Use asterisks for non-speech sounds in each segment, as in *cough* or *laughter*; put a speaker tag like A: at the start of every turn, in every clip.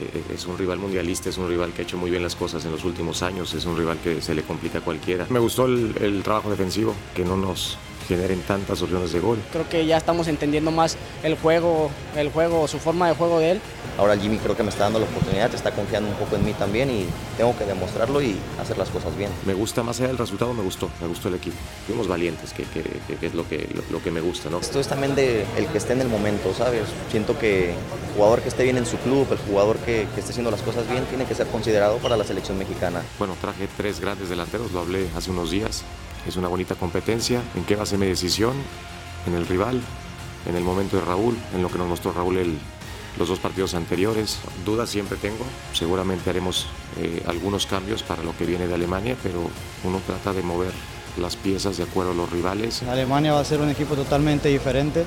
A: Eh, Es un rival mundialista, es un rival que ha hecho muy bien las cosas en los últimos años, es un rival que se le complica a cualquiera. Me gustó el, el trabajo defensivo, que no nos generen tantas opciones de gol.
B: Creo que ya estamos entendiendo más el juego, el juego, su forma de juego de él.
C: Ahora Jimmy creo que me está dando la oportunidad, está confiando un poco en mí también y tengo que demostrarlo y hacer las cosas bien.
A: Me gusta, más allá del resultado, me gustó, me gustó el equipo. Fuimos valientes, que, que- que- que es lo que, lo, lo que me gusta, ¿no?
C: Esto es también de el que esté en el momento, ¿sabes? Siento que el jugador que esté bien en su club, el jugador que, que esté haciendo las cosas bien, tiene que ser considerado para la selección mexicana.
A: Bueno, traje tres grandes delanteros, lo hablé hace unos días. Es una bonita competencia. ¿En qué base mi decisión? En el rival, en el momento de Raúl, en lo que nos mostró Raúl el- los dos partidos anteriores. Dudas siempre tengo. Seguramente haremos eh, algunos cambios para lo que viene de Alemania, pero uno trata de mover las piezas de acuerdo a los rivales.
D: Alemania va a ser un equipo totalmente diferente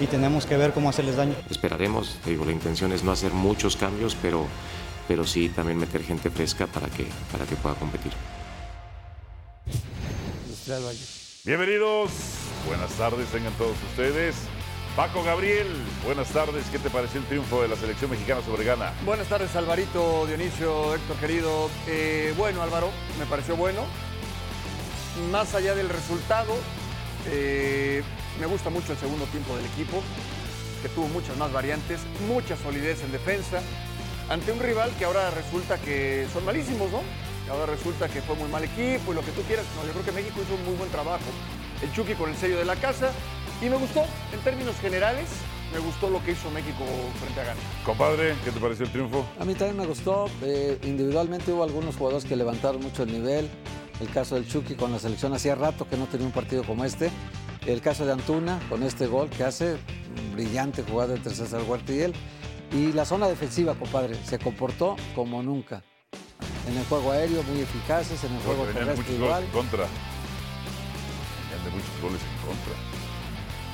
D: y tenemos que ver cómo hacerles daño.
A: Esperaremos, te digo, la intención es no hacer muchos cambios, pero, pero sí también meter gente fresca para que, para que pueda competir.
E: Bienvenidos, buenas tardes tengan todos ustedes. Paco Gabriel, buenas tardes, ¿qué te pareció el triunfo de la selección mexicana sobre Ghana?
F: Buenas tardes, Alvarito, Dionisio, Héctor, querido. Eh, bueno, Álvaro, me pareció bueno. Más allá del resultado, eh, me gusta mucho el segundo tiempo del equipo, que tuvo muchas más variantes, mucha solidez en defensa, ante un rival que ahora resulta que son malísimos, ¿no? Que ahora resulta que fue muy mal equipo y lo que tú quieras. No, yo creo que México hizo un muy buen trabajo. El Chucky con el sello de la casa. Y me gustó, en términos generales, me gustó lo que hizo México frente a Ghana.
E: Compadre, ¿qué te pareció el triunfo?
G: A mí también me gustó. eh, individualmente hubo algunos jugadores que levantaron mucho el nivel. El caso del Chucky con la selección hacía rato que no tenía un partido como este. El caso de Antuna con este gol que hace brillante jugada entre César Huerta y él. Y la zona defensiva, compadre, se comportó como nunca. En el juego aéreo muy eficaces, en el juego
E: Porque venían de
G: terrestre
E: muchos goles
G: igual.
E: en contra. Venían de muchos goles en contra.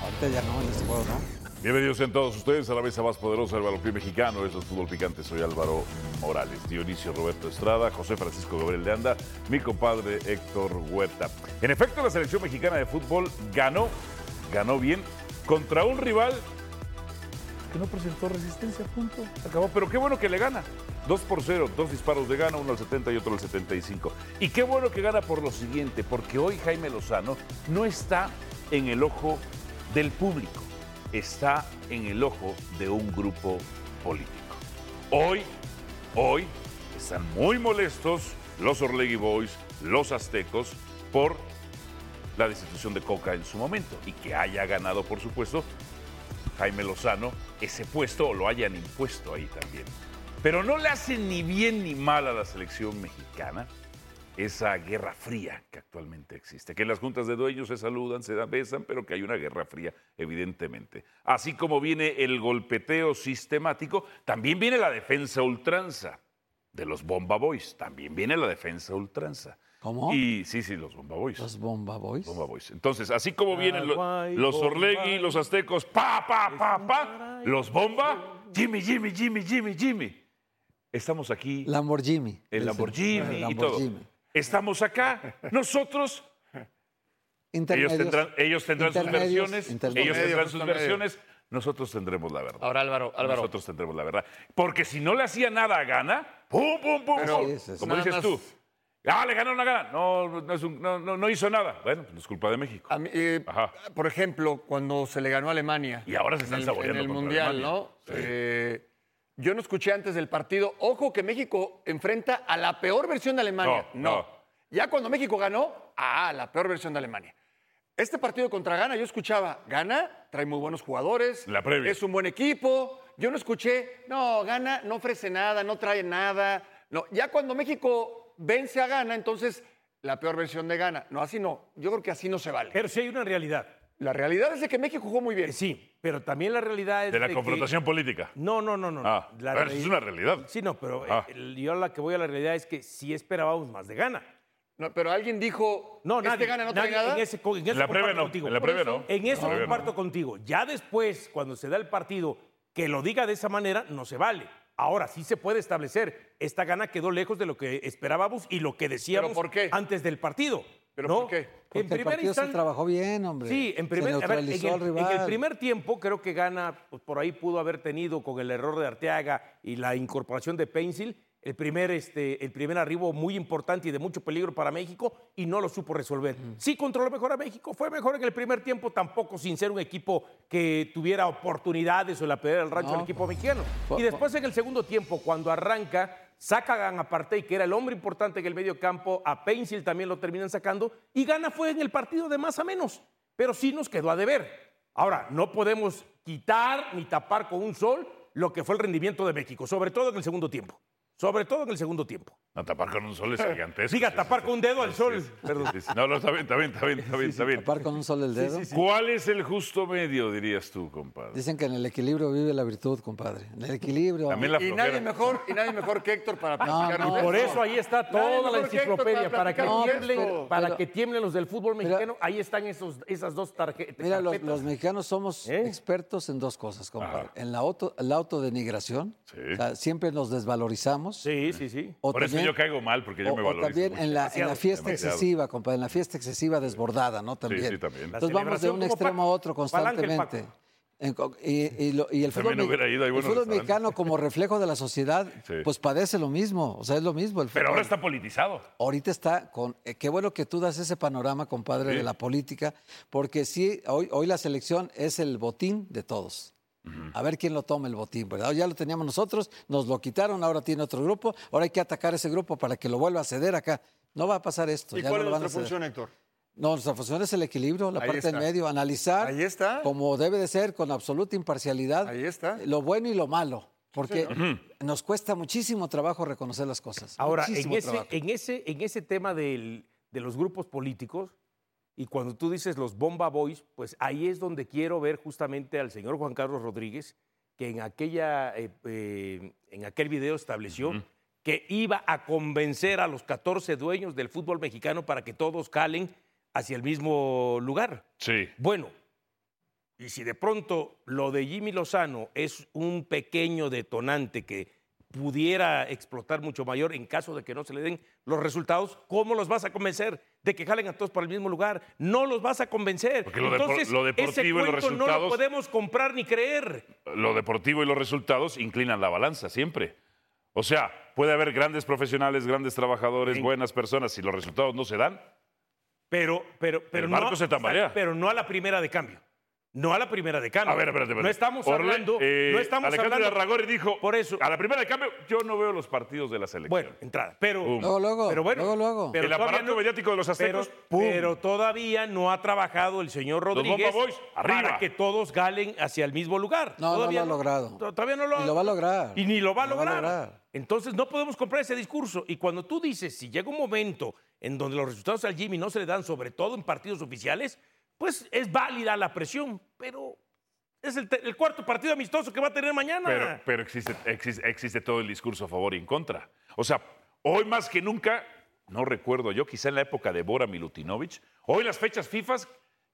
G: Ahorita ya no en este juego, ¿no?
E: Bienvenidos en todos ustedes a la mesa más poderosa del balompié mexicano. Esto es Fútbol Picante. Soy Álvaro Morales, Dionisio Roberto Estrada, José Francisco Gabriel de Anda, mi compadre Héctor Huerta. En efecto, la selección mexicana de fútbol ganó, ganó bien, contra un rival que no presentó resistencia, punto. Acabó, pero qué bueno que le gana. 2 por 0, dos disparos de gana, uno al 70 y otro al 75. Y qué bueno que gana por lo siguiente, porque hoy Jaime Lozano no está en el ojo del público, está en el ojo de un grupo político. Hoy, hoy, están muy molestos los Orlegui Boys, los aztecos, por la destitución de Coca en su momento y que haya ganado, por supuesto, Jaime Lozano ese puesto o lo hayan impuesto ahí también. Pero no le hacen ni bien ni mal a la selección mexicana esa guerra fría que actualmente existe. Que las juntas de dueños se saludan, se dan- besan, pero que hay una guerra fría, evidentemente. Así como viene el golpeteo sistemático, también viene la defensa ultranza de los Bomba Boys. También viene la defensa ultranza.
G: ¿Cómo?
E: Y sí, sí, los Bomba Boys.
G: Los Bomba Boys.
E: Bomba Boys. Entonces, así como vienen lo- los Orlegui, los Aztecos, pa, pa, pa, pa, los Bomba, Jimmy, Jimmy, Jimmy, Jimmy, Jimmy. Estamos aquí,
G: Lamborghini.
E: el Lamborghini,
G: El
E: y todo.
G: Lamborghini.
E: Estamos acá, nosotros, ellos
G: Intermedios.
E: tendrán, ellos tendrán sus
G: Intermedios,
E: versiones,
G: intermedios.
E: ellos tendrán sus
F: justo medio.
E: versiones, nosotros tendremos la verdad.
H: Ahora, Álvaro, Álvaro.
E: Nosotros tendremos la verdad. Porque si no le hacía nada a Gana, ¡pum, pum, pum!
G: Pero-
E: pum.
G: Sí, sí, sí.
E: Como
H: Nada
E: dices
H: más-
E: tú. Ah, le ganaron a Gana. No, no, es un- no, no, no hizo nada. Bueno, pues es culpa de México.
F: A mí, eh,
E: Ajá.
F: por ejemplo, cuando se le ganó a Alemania.
E: Y ahora se están
F: en el,
E: saboreando
F: en el
E: contra
F: Mundial,
E: Alemania.
F: ¿no?
E: Sí.
F: Eh, yo no escuché antes del partido. Ojo que México enfrenta a la peor versión de Alemania.
E: No, no.
F: Ya cuando México ganó, ah, la peor versión de Alemania. Este partido contra Ghana, yo escuchaba, Ghana trae muy buenos jugadores.
E: La previa.
F: Es un buen equipo. Yo no escuché, no, Ghana no ofrece nada, no trae nada. No, ya cuando México vence a Ghana, entonces la peor versión de Ghana. No, así no. Yo creo que así no se vale.
I: Pero sí hay una realidad. Eh,
F: La realidad es de que México jugó muy bien.
I: Sí, pero también la realidad es.
E: De la
I: que-
E: confrontación política.
I: No, no, no, no. no.
E: Ah,
I: La
E: pero eso es una realidad.
I: Sí, no, pero eh,
E: Ah.
I: el- yo a la que voy a la realidad es que sí esperábamos más de gana.
F: No, pero alguien dijo,
I: No,
F: este
I: nadie,
F: gana no trae
I: nadie
F: nada.
I: En, ese, co- en
E: En
I: eso
E: la previa
I: comparto
E: no.
I: contigo.
E: En la previa no.
I: En eso
E: La previa no.
I: comparto contigo. Ya después, cuando se da el partido, que lo diga de esa manera, no se vale. Ahora sí se puede establecer. Esta gana quedó lejos de lo que esperábamos y lo que decíamos
F: por qué?
I: antes del partido.
F: ¿Pero
H: ¿no?
F: por qué?
G: Porque el partido se
H: instan-
G: trabajó bien, hombre.
H: Sí, en primer,
G: se
H: a ver, en,
G: neutralizó
H: el,
G: al
H: en el
G: rival.
H: primer tiempo creo que gana, pues, por ahí pudo haber tenido con el error de Arteaga y la incorporación de Pencil, el primer, este, el primer arribo muy importante y de mucho peligro para México y no lo supo resolver. Sí controló mejor a México, fue mejor en el primer tiempo, tampoco sin ser un equipo que tuviera oportunidades o la pelea del rancho del
G: No.
H: equipo mexicano.
G: Fue-
H: Y después en el segundo tiempo, cuando arranca, sacan a Partey, que era el hombre importante en el medio campo, a Pencil también lo terminan sacando, y gana fue en el partido de más a menos, pero sí nos quedó a deber. Ahora, no podemos quitar ni tapar con un sol lo que fue el rendimiento de México, sobre todo en el segundo tiempo. Sobre todo en el segundo tiempo.
E: No, tapar con un sol es gigantesco.
H: Diga,
E: Sí, sí,
H: tapar
E: sí.
H: con un dedo al
E: Sí,
H: sol.
E: sí, sí, sí, sí. No, no, está bien, está bien, está bien, está bien, está bien.
G: Tapar con un solo el dedo.
E: ¿Cuál es el justo medio, dirías tú, compadre?
G: Dicen que en el equilibrio vive la virtud, compadre. En el equilibrio.
E: También la
F: Y
E: flojera.
F: nadie, mejor, y nadie mejor que Héctor para
G: *laughs*
F: platicar.
G: no.
F: de
H: Por eso ahí está
F: Nadie
H: toda
F: mejor
H: la
F: que Héctor
H: enciclopedia para que,
F: platicar de
H: tiemblen,
F: esto.
H: para
G: Pero-
H: que tiemblen los del fútbol
G: Mira-
H: mexicano. ahí están esos, esas dos tarjetas.
G: Mira, los,
H: carpetas.
G: los mexicanos somos
H: ¿Eh?
G: expertos en dos cosas, compadre. En la, auto, la autodenigración,
E: Sí.
G: o sea, siempre nos desvalorizamos.
H: Sí, sí, sí.
G: O
E: Por eso
G: también-
E: yo caigo mal, porque yo
G: o-
E: me
G: o
E: valorizo.
G: también
E: mucho.
G: en la, en la
H: Demasiado,
G: fiesta
E: demasiado.
G: excesiva, compadre, en la fiesta excesiva desbordada, ¿no? También.
E: sí, también. La
G: Entonces vamos de
H: celebración
G: un
H: como
G: extremo
H: Paco,
G: a otro
H: Palanque el Paco.
G: constantemente. En co- y, y lo- y el fútbol,
E: También hubiera ido, hay
G: el
E: buenos
G: fútbol
E: restaurantes.
G: mexicano
E: *laughs*
G: como reflejo de la sociedad,
E: Sí.
G: pues padece lo mismo, o sea, es lo mismo. El fútbol.
E: Pero ahora está politizado.
G: Ahorita está con. eh, qué bueno que tú das ese panorama, compadre, de la política, porque sí, hoy, hoy la selección es el botín de todos. A ver quién lo toma el botín, ¿verdad? Ya lo teníamos nosotros, nos lo quitaron, ahora tiene otro grupo, ahora hay que atacar ese grupo para que lo vuelva a ceder acá. No va a pasar esto.
F: ¿Y
G: ya no
F: cuál es
G: lo van
F: nuestra
G: a ceder.
F: función, Héctor?
G: No, nuestra función es el equilibrio, la
F: Ahí
G: parte
F: está.
G: del medio, analizar
F: Ahí está.
G: como debe de ser, con absoluta imparcialidad,
F: Ahí está.
G: lo bueno y lo malo, porque nos cuesta muchísimo trabajo reconocer las cosas.
F: Ah,
H: Ahora, en
G: muchísimo
H: ese,
G: trabajo.
H: en, ese, en ese tema del- de los grupos políticos, y cuando tú dices los Bomba Boys, pues ahí es donde quiero ver justamente al señor Juan Carlos Rodríguez, que en, aquella, eh, eh, en aquel video estableció que iba a convencer a los 14 dueños del fútbol mexicano para que todos calen hacia el mismo lugar.
E: Sí.
H: Bueno, y si de pronto lo de Jimmy Lozano es un pequeño detonante que pudiera explotar mucho mayor en caso de que no se le den los resultados, ¿cómo los vas a convencer de que jalen a todos para el mismo lugar? No los vas a convencer.
E: Porque lo depo- lo
H: ese
E: deportivo y los
H: cuento no lo
E: resultados-
H: podemos comprar ni creer.
E: lo deportivo y los resultados inclinan la balanza siempre. O sea, puede haber grandes profesionales, grandes trabajadores, buenas personas. Si los resultados no se dan,
H: Pero, pero, pero
E: marco
H: no,
E: se tambalea.
H: Pero no a la primera de cambio. No a la primera de cambio.
E: a ver, espérate, espérate.
H: No estamos
E: Orle-
H: hablando.
E: eh,
H: no estamos
E: Alejandro
H: hablando.
E: Irarrágorri dijo,
H: Por eso.
E: a la primera de cambio, yo no veo los partidos de la selección.
H: Bueno, entrada. Pero,
E: Pum.
G: Luego, luego,
H: pero bueno,
G: luego, luego.
H: pero
E: El
H: todavía
E: aparato mediático de los aztecos,
H: pero-
E: ¡pum!
H: pero todavía no ha trabajado el señor Rodríguez
E: Bomba Boys, arriba.
H: para que todos galen hacia el mismo lugar.
G: No, no
H: todavía
G: lo ha logrado.
H: to- Todavía no lo,
G: Ni
H: ha-
G: lo va a lograr.
H: Y ni lo va a
G: Ni lo va a
H: lograr.
G: lograr.
H: Entonces no podemos comprar ese discurso. Y cuando tú dices, si llega un momento en donde los resultados al Jimmy no se le dan, sobre todo en partidos oficiales, pues es válida la presión, pero es el, te- el cuarto partido amistoso que va a tener mañana.
E: Pero, pero existe, existe, existe todo el discurso a favor y en contra. O sea, hoy más que nunca, no recuerdo yo, quizá en la época de Bora Milutinovic, hoy las fechas FIFA,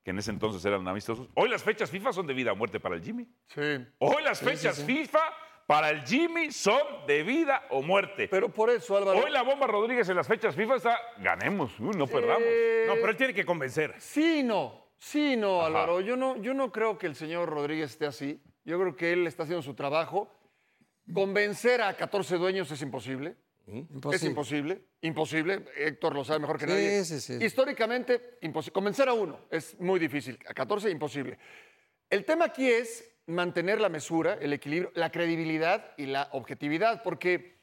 E: que en ese entonces eran amistosos, hoy las fechas FIFA son de vida o muerte para el Jimmy.
F: Sí.
E: Hoy las fechas FIFA para el Jimmy son de vida o muerte.
F: Pero por eso, Álvaro.
E: Hoy la bomba Rodríguez en las fechas FIFA está, ganemos, uy, no perdamos.
H: Eh, no, pero él tiene que convencer.
F: Sí, y no. Sí, y no,
E: Ajá.
F: Álvaro. Yo no, yo no creo que el señor Rodríguez esté así. Yo creo que él está haciendo su trabajo. Convencer a 14 dueños es imposible. Es
G: Imposible.
F: imposible. Imposible. Héctor lo sabe mejor que
G: Sí,
F: nadie.
G: sí, sí.
F: Históricamente, imposible. Convencer a uno es muy difícil. A 14, imposible. El tema aquí es mantener la mesura, el equilibrio, la credibilidad y la objetividad, porque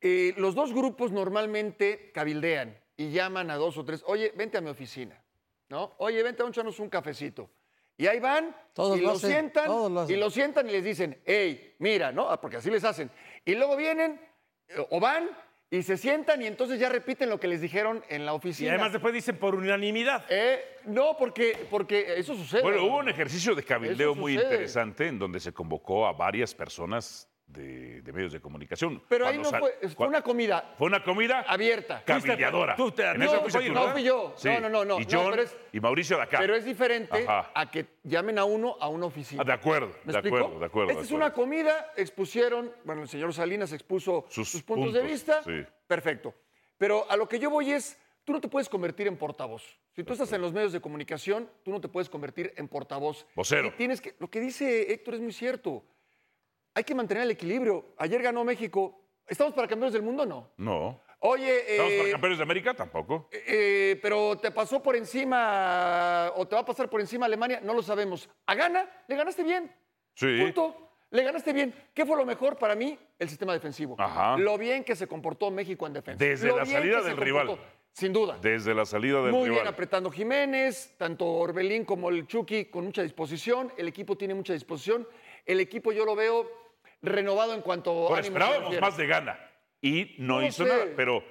F: eh, los dos grupos normalmente cabildean y llaman a dos o tres, oye, vente a mi oficina, ¿no? Oye, vente a echarnos un cafecito. Y ahí van
G: Todos
F: y
G: lo
F: lo,
G: hacen,
F: sientan
G: todos lo
F: y
G: hacen.
F: lo sientan y les dicen, hey, mira, ¿no? Ah, Porque así les hacen. Y luego vienen eh, o van y se sientan y entonces ya repiten lo que les dijeron en la
H: Y
F: oficina.
H: además después dicen por unanimidad.
F: Eh, no, porque, porque eso sucede.
E: Bueno, hubo un ejercicio de cabildeo
F: Eso
E: muy
F: sucede.
E: interesante en donde se convocó a varias personas de, de medios de comunicación.
F: Pero ahí
E: Cuando
F: no
E: sal-
F: fue, fue
E: cua-
F: una comida
E: fue una comida
F: abierta.
E: cabildeadora.
H: Tú te-
E: En
H: no,
E: esa
H: fui
E: fuiste tú,
H: yo, no
E: ¿verdad?
F: fui yo.
E: Sí.
F: No, no, no, no,
E: Y
F: no,
E: John
F: pero es-
E: y Mauricio de acá.
F: Pero es diferente
E: Ajá.
F: a que llamen a uno a una oficina.
E: Ah, de acuerdo,
F: ¿Me
E: de
F: explico?
E: acuerdo, de acuerdo.
F: Esta
E: de
F: es una
E: acuerdo.
F: comida, expusieron, bueno, el señor Salinas expuso
E: Sus
F: sus, puntos, de
E: puntos,
F: vista.
E: sí.
F: Perfecto. Pero a lo que yo voy es, Tú no te puedes convertir en portavoz. Si tú estás en los medios de comunicación, tú no te puedes convertir en portavoz.
E: Vocero.
F: Y tienes que, lo que dice Héctor es muy cierto. Hay que mantener el equilibrio. Ayer ganó México. ¿Estamos para campeones del mundo o no?
E: No.
F: Oye,
E: ¿Estamos para
F: eh,
E: campeones de América? Tampoco.
F: eh, pero te pasó por encima o te va a pasar por encima Alemania, no lo sabemos. A Ghana le ganaste bien.
E: Sí.
F: Punto. Le ganaste bien. ¿Qué fue lo mejor para mí? El sistema defensivo.
E: Ajá.
F: Lo bien que se comportó México en defensa.
E: Desde
F: Lo
E: la
F: bien
E: salida
F: que se
E: del rival.
F: comportó, Sin duda.
E: Desde la salida del
F: Muy bien
E: rival.
F: apretando Jiménez, tanto Orbelín como el Chucky con mucha disposición. El equipo tiene mucha disposición. El equipo yo lo veo renovado en cuanto
E: Bueno,
F: a.
E: Pues, esperábamos más de gana y no,
F: No
E: hizo
F: sé.
E: nada, pero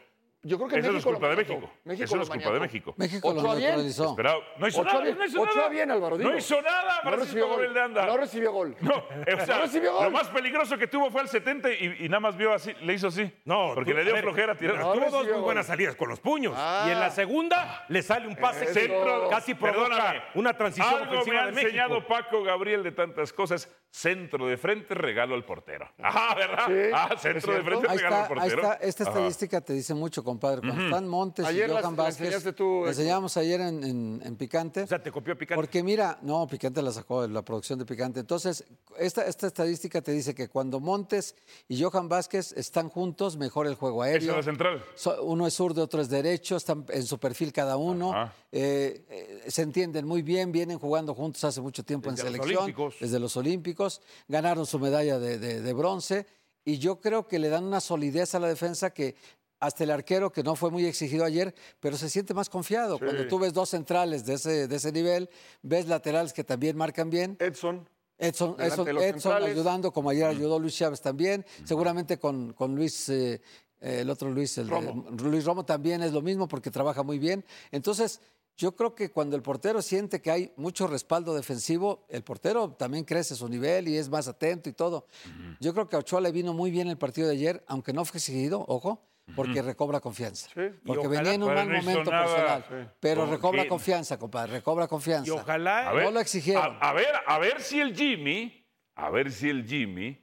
F: Yo creo que
E: eso no es
F: México lo
E: culpa de
F: maniató.
E: México.
F: México
E: Eso no
F: lo
E: es culpa de
F: maniató.
E: México.
G: México lo
F: Ochoa bien.
G: neutralizó.
E: Esperado. No hizo
F: Ochoa
E: nada,
F: bien,
E: no hizo
F: Ochoa
E: nada.
F: bien, Álvaro,
E: No
F: digo.
E: hizo nada,
F: No
E: Francisco
F: recibió
E: Gabriel
F: gol.
E: de Anda.
F: No recibió gol.
E: No, o sea,
F: No recibió
E: lo
F: gol.
E: más peligroso que tuvo fue al 70 y, y nada más vio así, le hizo así.
H: No,
E: porque
H: tú-
E: le dio
H: a ver,
E: flojera tirar.
F: no,
H: Tuvo dos
F: recibió
H: muy
F: gol.
H: buenas salidas con los puños. Y en la segunda le sale un pase que
E: Centro-
H: casi provoca
E: Perdóname,
H: una transición
E: Algo
H: ofensiva
E: me ha
H: de México.
E: enseñado Paco Gabriel de tantas cosas. Centro de frente, regalo al portero. *laughs* Ajá, ¿verdad?
F: Sí,
E: ah,
F: es
E: centro de
F: cierto.
E: frente,
G: Ahí
E: regalo
G: está,
E: al
G: ahí
E: portero.
G: está, esta
E: Ajá.
G: estadística te dice mucho, compadre. Cuando están Montes
F: Ayer
G: y
F: la-
G: Johan
F: la
G: Vázquez,
F: enseñaste tú, eh,
G: la
F: Héctor.
G: enseñamos ayer en, en- en Picante.
H: O sea, te copió Picante.
G: Porque mira, no, Picante la sacó de la producción de Picante. Entonces, esta, esta estadística te dice que cuando Montes y Johan Vázquez están juntos, mejor el juego
E: Esa
G: aéreo.
E: es la central.
G: So- Uno es zurdo, otro es derecho, están en su perfil cada uno,
E: Ajá.
G: eh, eh, se entienden muy bien, vienen jugando juntos hace mucho tiempo
H: Desde
G: en
H: los
G: selección,
H: Olímpicos.
G: desde los Olímpicos, ganaron su medalla de, de- de bronce y yo creo que le dan una solidez a la defensa que hasta el arquero, que no fue muy exigido ayer, pero se siente más confiado. Cuando tú ves dos centrales de ese, de ese nivel, ves laterales que también marcan bien,
F: Edson.
G: Edson,
F: Delante
G: Edson-
F: de los
G: Edson
F: centrales.
G: ayudando, como ayer ayudó Luis Chávez también, seguramente con, con Luis, eh, eh, el otro Luis, el de-
F: Romo.
G: Luis Romo también es lo mismo porque trabaja muy bien. Entonces, yo creo que cuando el portero siente que hay mucho respaldo defensivo, el portero también crece su nivel y es más atento y todo. Yo creo que a Ochoa le vino muy bien el partido de ayer, aunque no fue exigido, ojo, porque recobra confianza. Porque
H: ojalá
G: venía en un
E: fuera,
G: mal
E: no hizo
G: momento
E: nada.
G: personal.
E: Sí.
G: Pero
E: Como
G: recobra
E: que-
G: confianza, compadre, recobra confianza.
H: Y ojalá.
E: A ver,
G: No lo exigieron.
E: A, a ver, a ver si el Jimmy, a ver si el Jimmy,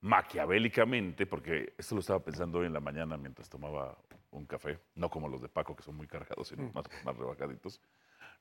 E: maquiavélicamente, porque esto lo estaba pensando hoy en la mañana mientras tomaba un café, no como los de Paco, que son muy cargados, sino
H: Mm.
E: más, más rebajaditos,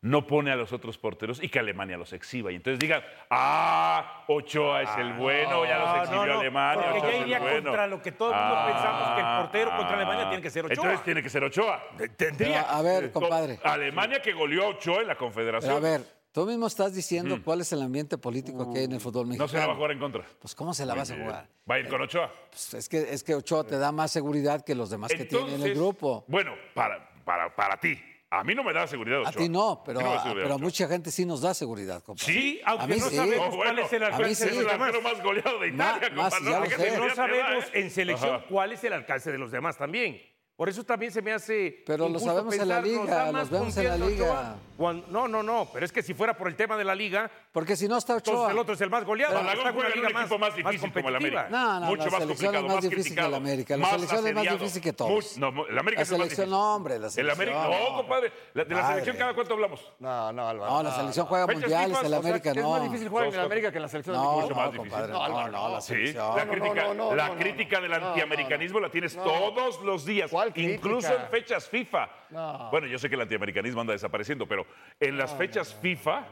E: no pone a los otros porteros y que Alemania los exhiba. Y entonces digan, ah, Ochoa es el bueno, ya los exhibió Alemania.
H: porque
E: Ochoa
H: ya
E: es el
H: iría
E: bueno".
H: contra lo que todo el mundo pensamos que el portero contra Alemania
E: ah.
H: tiene que ser Ochoa.
E: Entonces tiene que ser Ochoa. Eh,
H: Tendría.
G: Pero, a ver, compadre.
E: Alemania que goleó a Ochoa en la Confederación.
G: Pero a ver, tú mismo estás diciendo cuál es el ambiente político que hay en el fútbol mexicano.
E: No se la va a jugar en contra. Eh,
G: Pues cómo se la vas a jugar.
E: Va a ir con Ochoa.
G: Pues es que es que Ochoa te da más seguridad que los demás que tienen en el grupo.
E: Bueno, para, para, para ti. A mí no me da seguridad Ochoa.
G: A ti no, pero,
E: A mí no me da
G: a,
E: seguridad
G: pero a
E: Ochoa.
G: mucha gente sí nos da seguridad, compadre.
E: Sí,
G: a mí
H: aunque no
G: sí.
H: sabemos
E: No, bueno,
H: cuál es el
G: a mí
H: alcance
G: sí.
H: de
E: Es
H: los
E: el
H: demás.
E: arquero más goleado de
G: Ma-
E: Italia,
G: más,
E: compadre.
G: ya
E: No
G: lo
E: sé qué
G: sé.
H: Pero
E: seguridad
H: no
E: te
H: sabemos
E: da, ¿eh?
H: en selección
E: Ajá.
H: cuál es el alcance de los demás también. Por eso también se me hace.
G: Pero lo
H: injusto
G: sabemos en la
H: pensar, nos
G: liga,
H: da
G: los
H: más
G: vemos en la
H: confianza Ochoa.
G: liga.
H: Cuando- no, no, no. Pero es que si fuera por el tema de la liga,
G: Porque si no está
H: entonces
G: Ochoa.
H: el otro es el más goleado.
E: Pero
H: Está
E: Malagón
H: en una
E: juega en un
H: liga
E: equipo más difícil como el
H: competitiva.
E: América.
G: No, no,
E: Mucho
G: la
E: más
G: selección es
E: complicado,
G: más,
E: más
G: difícil que
E: criticado,
G: la América. La
E: más
G: selección es más
E: asediado.
G: difícil que
E: Muy-
G: todos.
E: no,
G: La
E: la América es más
G: selección,
E: difícil.
G: no, hombre, la
E: El
G: selección.
E: América, no, compadre. La- de la
G: Madre.
E: selección, ¿cada cuánto hablamos?
F: No, no, Álvaro.
G: No, la selección juega
E: Fechas
G: mundiales,
E: FIFA,
G: el
E: o sea,
G: América
F: Es más
G: no.
F: difícil jugar en el América que en la selección de
G: No,
F: México.
E: mucho más
G: no,
E: difícil.
G: compadre,
F: No,
G: no,
F: Álvaro,
G: no, la
F: no.
E: Sí,
G: selección.
E: la
F: No, no,
E: crítica,
F: no, no,
E: la
F: no, no,
E: crítica del
F: no, no, no.
E: antiamericanismo la tienes todos los días,
F: ¿Cuál crítica?
E: incluso en fechas FIFA.
F: No.
E: Bueno, yo sé que el antiamericanismo anda desapareciendo, pero en las fechas FIFA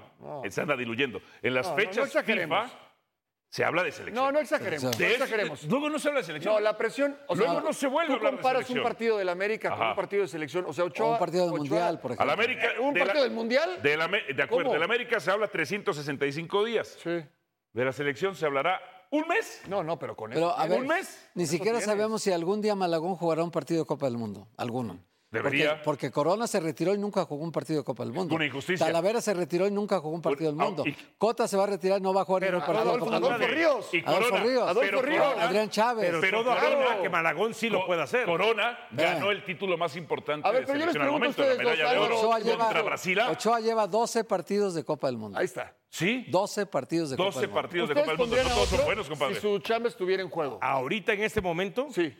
E: eh, se anda diluyendo. En las
F: No, no, no
E: fechas FIFA
F: exageremos.
E: se habla de selección.
F: No, no exageremos. No
E: De eso-
F: exageremos.
E: Luego no se habla de selección.
F: No, la presión. O
E: Luego no se vuelve a
F: Tú
E: hablar de
F: comparas un
E: selección.
F: partido del América con
E: Ajá.
F: un partido de selección. O sea, Ochoa.
G: O un partido del
F: Ochoa-
G: Mundial, por
E: A la
G: ejemplo.
E: América.
F: Eh, ¿Un
E: de
F: partido del Mundial?
E: de la- de acuerdo,
F: ¿Cómo?
E: de la América se habla 365 días.
F: Sí.
E: De la selección se hablará un mes.
F: No, no, pero con
G: Pero
F: eso.
G: a ver,
E: ¿Un mes?
G: ni siquiera
F: tienes.
G: sabemos si algún día Malagón jugará un partido de Copa del Mundo. Alguno.
E: Debería.
G: Porque, porque Corona se retiró y nunca jugó un partido de Copa del Mundo.
E: Una injusticia.
G: Talavera se retiró y nunca jugó un partido del
E: Ah,
G: mundo.
E: y-
G: Cota se va a retirar y no va a jugar
H: Pero
G: ningún partido de
F: Ah, Adolfo-
G: Copa del Mundo.
F: Adolfo Ríos.
E: Y
G: Adolfo
E: Corona.
G: Ríos.
E: Pero
F: Adolfo Ríos.
E: Corona-
G: Adrián Chávez.
H: Pero,
E: Pero
H: todo
E: claro.
H: habla que Malagón sí lo puede hacer.
E: Corona ganó
G: Eh.
E: el título más importante
F: A ver,
E: de
F: pero yo les
E: selección al
F: pregunto
E: momento,
F: a
E: la
F: ustedes
E: medalla de
F: dos,
E: oro
F: Álvaro,
G: Ochoa
E: contra
G: lleva,
E: Brasil.
G: Ochoa lleva 12 partidos de Copa del Mundo.
F: Ahí está.
E: Sí,
G: 12 partidos de Copa
E: 12
G: del Mundo.
E: partidos de
F: ¿Ustedes
E: Copa del Mundo.
F: pondrían
E: No
F: a
E: todos son
F: otro
E: buenos, compadre.
F: si su chamba estuviera en juego?
H: Ahorita en este momento,
F: Sí.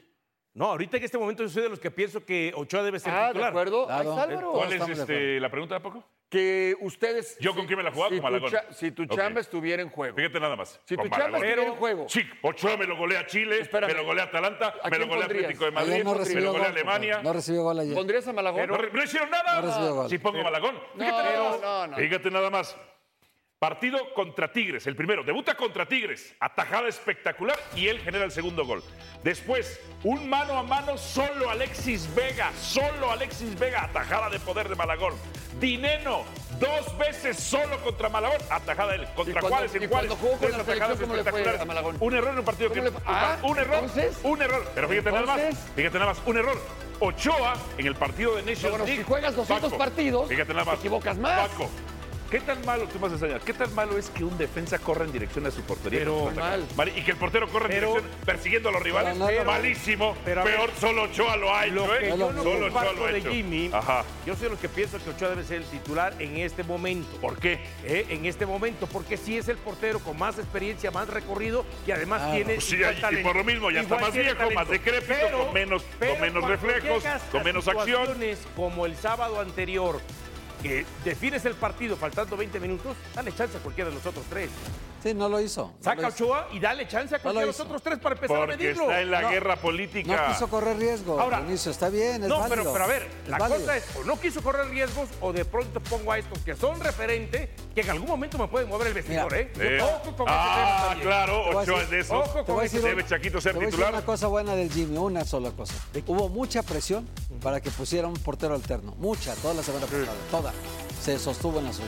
H: No, ahorita en este momento yo soy de los que pienso que Ochoa debe ser
F: Ah, de
H: titular.
F: acuerdo. Ahí está, Álvaro.
E: ¿Cuál es
F: Estamos de
E: este, la pregunta, Paco?
F: Que ustedes.
E: ¿Yo con quién me la jugaba?
F: si
E: Con Malagón.
F: tu cha- si tu chamba estuviera en juego.
E: Fíjate nada más.
F: Si
E: Con
F: tu chamba
E: Malagón.
F: estuviera en juego.
E: Sí, Ochoa me lo golea Chile, me lo golea Atalanta,
F: ¿A
E: me lo
F: quién
E: golea
F: pondrías?
E: Atlético de
G: Ayer
E: Madrid,
G: no
E: me
G: recibió
E: lo
G: gol.
E: golea Alemania.
G: No recibió gol ayer.
F: ¿Pondrías a Malagón?
E: Pero no hicieron nada.
G: No recibió gol.
E: Si pongo Malagón. Fíjate nada
F: no,
E: más.
F: no, no.
E: Fíjate nada más. Partido contra Tigres, el primero. Debuta contra Tigres. Atajada espectacular y él genera el segundo gol. Después, un mano a mano solo Alexis Vega. Solo Alexis Vega. Atajada de poder de Malagón. Dineno, dos veces solo contra Malagón. Atajada él. ¿Contra
F: ¿Y cuando-
E: Juárez?
F: y
E: En
F: cuando
E: Juárez.
F: jugó con
E: Tres
F: la selección,
E: atajadas
F: cómo le fue
E: espectaculares.
F: a Malagón?
E: Un error en un partido que.
F: ¿Cómo le fue? Ah,
E: un error.
F: entonces.
E: Un error. Pero fíjate nada más.
F: Entonces.
E: Fíjate nada más. Un error. Ochoa en el partido de Nation.
F: No, bueno, si juegas 200 partidos,
E: Fíjate nada más.
F: te equivocas más.
E: Paco, ¿qué tan malo, tú más enseñas, qué tan malo es que un defensa corra en dirección a su portería?
H: Pero-
E: Cuando ataca?
F: Mal.
E: Vale, Y que el portero corra en
H: Pero-
E: dirección persiguiendo a los rivales.
G: Pero nada.
E: Malísimo.
H: Pero a ver,
E: Peor, solo Ochoa lo ha hecho,
H: Lo que
E: ¿eh?
H: yo no
E: solo Ochoa
H: comparto
E: lo ha
H: de
E: hecho.
H: Jimmy,
E: Ajá.
H: yo soy de los que pienso que Ochoa debe ser el titular en este momento.
E: ¿Por qué?
H: ¿eh? en este momento, porque sí es el portero con más experiencia, más recorrido y además
G: Ah,
H: tiene.
E: Pues sí,
H: igual
E: y- y
H: talento.
E: por lo mismo, ya está
H: Igual
E: más
H: tiene
E: viejo, más decrépito, con menos- con menos
H: cuando
E: reflejos,
H: llegas
E: con
H: a
E: menos acción.
H: situaciones Como el sábado anterior, que defines el partido faltando 20 minutos, dale chance a cualquiera de los otros tres.
G: Sí, no lo hizo. no
H: Saca
G: lo
H: a
G: hizo.
H: Ochoa y dale chance a cualquiera de los
G: hizo.
H: otros tres para empezar a
E: Porque
H: medirlo.
E: está en la
G: No.
E: guerra política.
G: No quiso correr riesgo.
H: Ahora-
G: Dionisio, está bien, es
H: no,
G: válido.
H: pero, pero a ver,
G: Es
H: la
G: válido.
H: cosa es, o no quiso correr riesgos, o de pronto pongo a estos que son referentes, que en algún momento me pueden mover el vestidor,
G: Mira.
H: ¿eh?
E: Eh,
H: Ojo con ese tema
E: ah,
H: también.
E: claro,
G: Te voy a
E: Ochoa
G: decir-
E: es de esos.
H: Ojo
G: Te voy a decir
E: ¿Debe
G: un-
E: Chaquito ser
G: te voy a decir
E: titular?
G: una cosa buena del Jimmy, una sola cosa. Hubo mucha presión para que pusiera un portero alterno. Mucha, toda la semana pasada. Toda. Se sostuvo en la suya.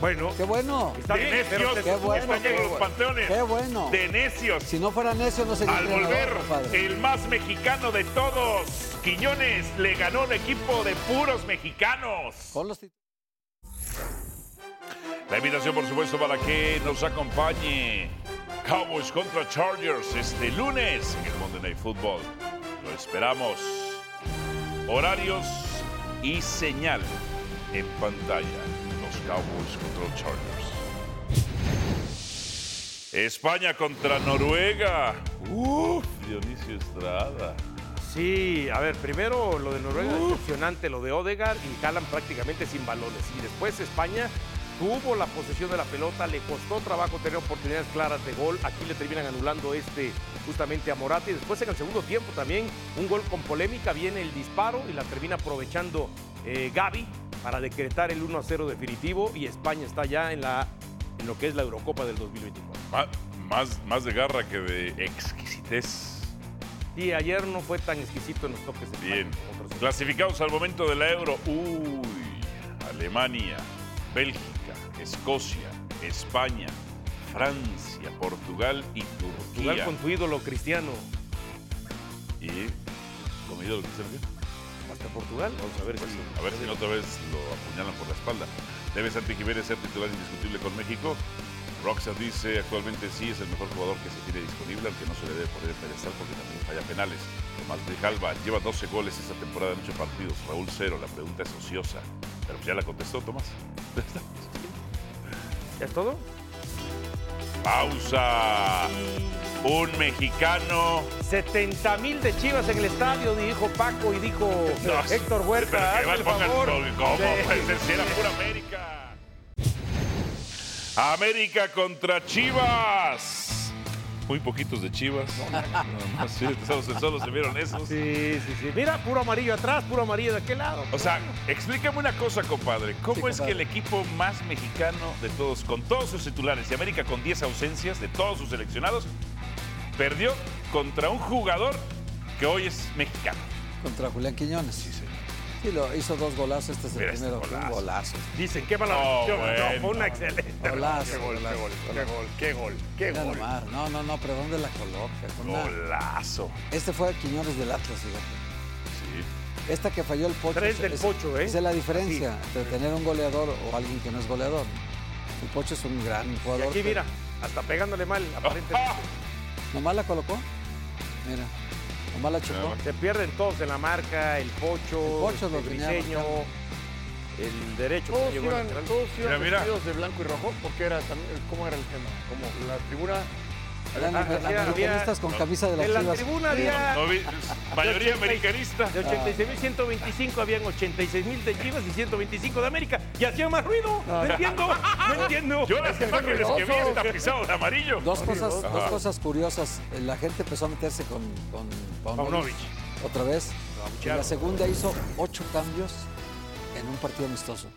H: Bueno,
G: ¡Qué bueno!
H: Está
E: de
H: bien, pero
E: necios
H: te-
G: Qué bueno,
E: están
G: qué
E: en los
G: bueno.
E: panteones.
G: ¡Qué bueno!
E: De necios.
G: Si no fuera necio, no sería
E: Al
G: entrenador,
E: volver,
G: compadre.
E: el más mexicano de todos, Quiñones le ganó un equipo de puros mexicanos.
G: Con los tit-
E: La invitación, por supuesto, para que nos acompañe Cowboys contra Chargers este lunes en el Monday Night Football. Lo esperamos. Horarios y señal en pantalla. Los Cowboys contra los Chargers. España contra Noruega. Uf, Dionisio Estrada.
H: sí, a ver, primero lo de Noruega, decepcionante, lo de Odegaard y Haaland prácticamente sin balones. Y después España tuvo la posesión de la pelota, le costó trabajo tener oportunidades claras de gol. Aquí le terminan anulando este justamente a Morata. Y después en el segundo tiempo también un gol con polémica, viene el disparo y la termina aprovechando eh, Gaby para decretar el 1 a 0 definitivo. Y España está ya en, la, en lo que es la Eurocopa del 2024.
E: Ma- Más, más de garra que de exquisitez.
H: Y ayer no fue tan exquisito en los toques de
E: Bien.
H: España como otros.
E: Clasificados al momento de la Euro. Uy, Alemania, Bélgica, Escocia, España, Francia, Portugal y
H: Jugar
E: Turquía.
H: con tu ídolo cristiano.
E: Y comido lo que se refiere.
H: Hasta Portugal. Vamos a ver
E: Pues, a ver si otra vez lo apuñalan por la espalda. Debe Santi Jiménez ser titular indiscutible con México. Roxa dice actualmente sí es el mejor jugador que se tiene disponible, aunque no se le debe poner el pedestal porque también falla penales. Tomás Grijalva lleva 12 goles esta temporada en 8 partidos. Raúl cero. La pregunta es ociosa. Pero pues ya la contestó Tomás.
H: ¿Ya es todo?
E: Pausa. Un mexicano.
H: 70 mil de chivas en el estadio, dijo Paco y dijo
E: No,
H: Héctor
E: pero
H: Huerta.
E: que va,
H: hazme el
E: pongan
H: favor.
E: gol, ¿Cómo?
H: Sí.
E: Puede ser si era pura América. América contra Chivas. Muy poquitos de Chivas. Sí, *laughs* solo, se- solo se vieron esos.
H: Sí, sí, sí. Mira, puro amarillo atrás, puro amarillo de aquel lado.
E: O sea, explícame una cosa, compadre. ¿Cómo
G: Sí,
E: es
G: compadre.
E: que el equipo más mexicano de todos, con todos sus titulares, y América con 10 ausencias de todos sus seleccionados, perdió contra un jugador que hoy es mexicano?
G: Contra Julián Quiñones. Sí, lo hizo dos golazos. Este es el
E: Mira este
G: primero. Fue Un
E: golazo.
G: golazo.
H: Dicen, qué mala
E: No,
H: decisión.
E: bueno.
H: No, fue una excelente.
G: Golazo.
F: Qué gol, qué
G: golazo.
F: gol, Ah, qué gol, qué gol, qué
G: Mira
F: gol.
G: nomás. No, no, no, pero ¿dónde la coloca? Con una-
E: Golazo.
G: Este fue Quiñones del Atlas, fíjate.
E: Sí.
G: Esta que falló el Pocho.
H: Tres
G: es-
H: del
G: es-
H: Pocho, ¿eh?
G: Esa es la diferencia entre tener un goleador o alguien que no es goleador. El Pocho es un gran
H: Y
G: jugador.
H: aquí
G: pero
H: mira, hasta pegándole mal, aparentemente.
E: *laughs*
G: Nomás la colocó. Mira. Nomás la
E: Ah,
G: chupó.
H: Se pierden todos en la marca, el pocho,
G: El Pocho lo
H: este,
G: tenía
H: briseño, el derecho que
F: Todos
H: llegó
F: iban,
H: lateral.
F: todos iban
E: Mira, mira.
F: vestidos de blanco y rojo porque era también, ¿cómo era el tema? Como la tribuna
G: Eran
H: Ah, había-
G: americanistas con
H: había-
G: camisa de las
H: En la
G: Chivas.
H: tribuna había...
E: No vi- mayoría
H: de 86
E: americanista.
H: De 86.125 habían 86.000 de Chivas y 125 de América. Y hacían más ruido. No entiendo, no entiendo.
E: Yo las imágenes que vi está pisado de amarillo.
G: Dos cosas,
E: Ajá.
G: dos cosas curiosas. La gente empezó a meterse con, con Paunovic.
E: Paunovic.
G: Otra vez.
E: Lo
G: Y
E: abuchearon.
G: la segunda hizo ocho cambios en un partido amistoso.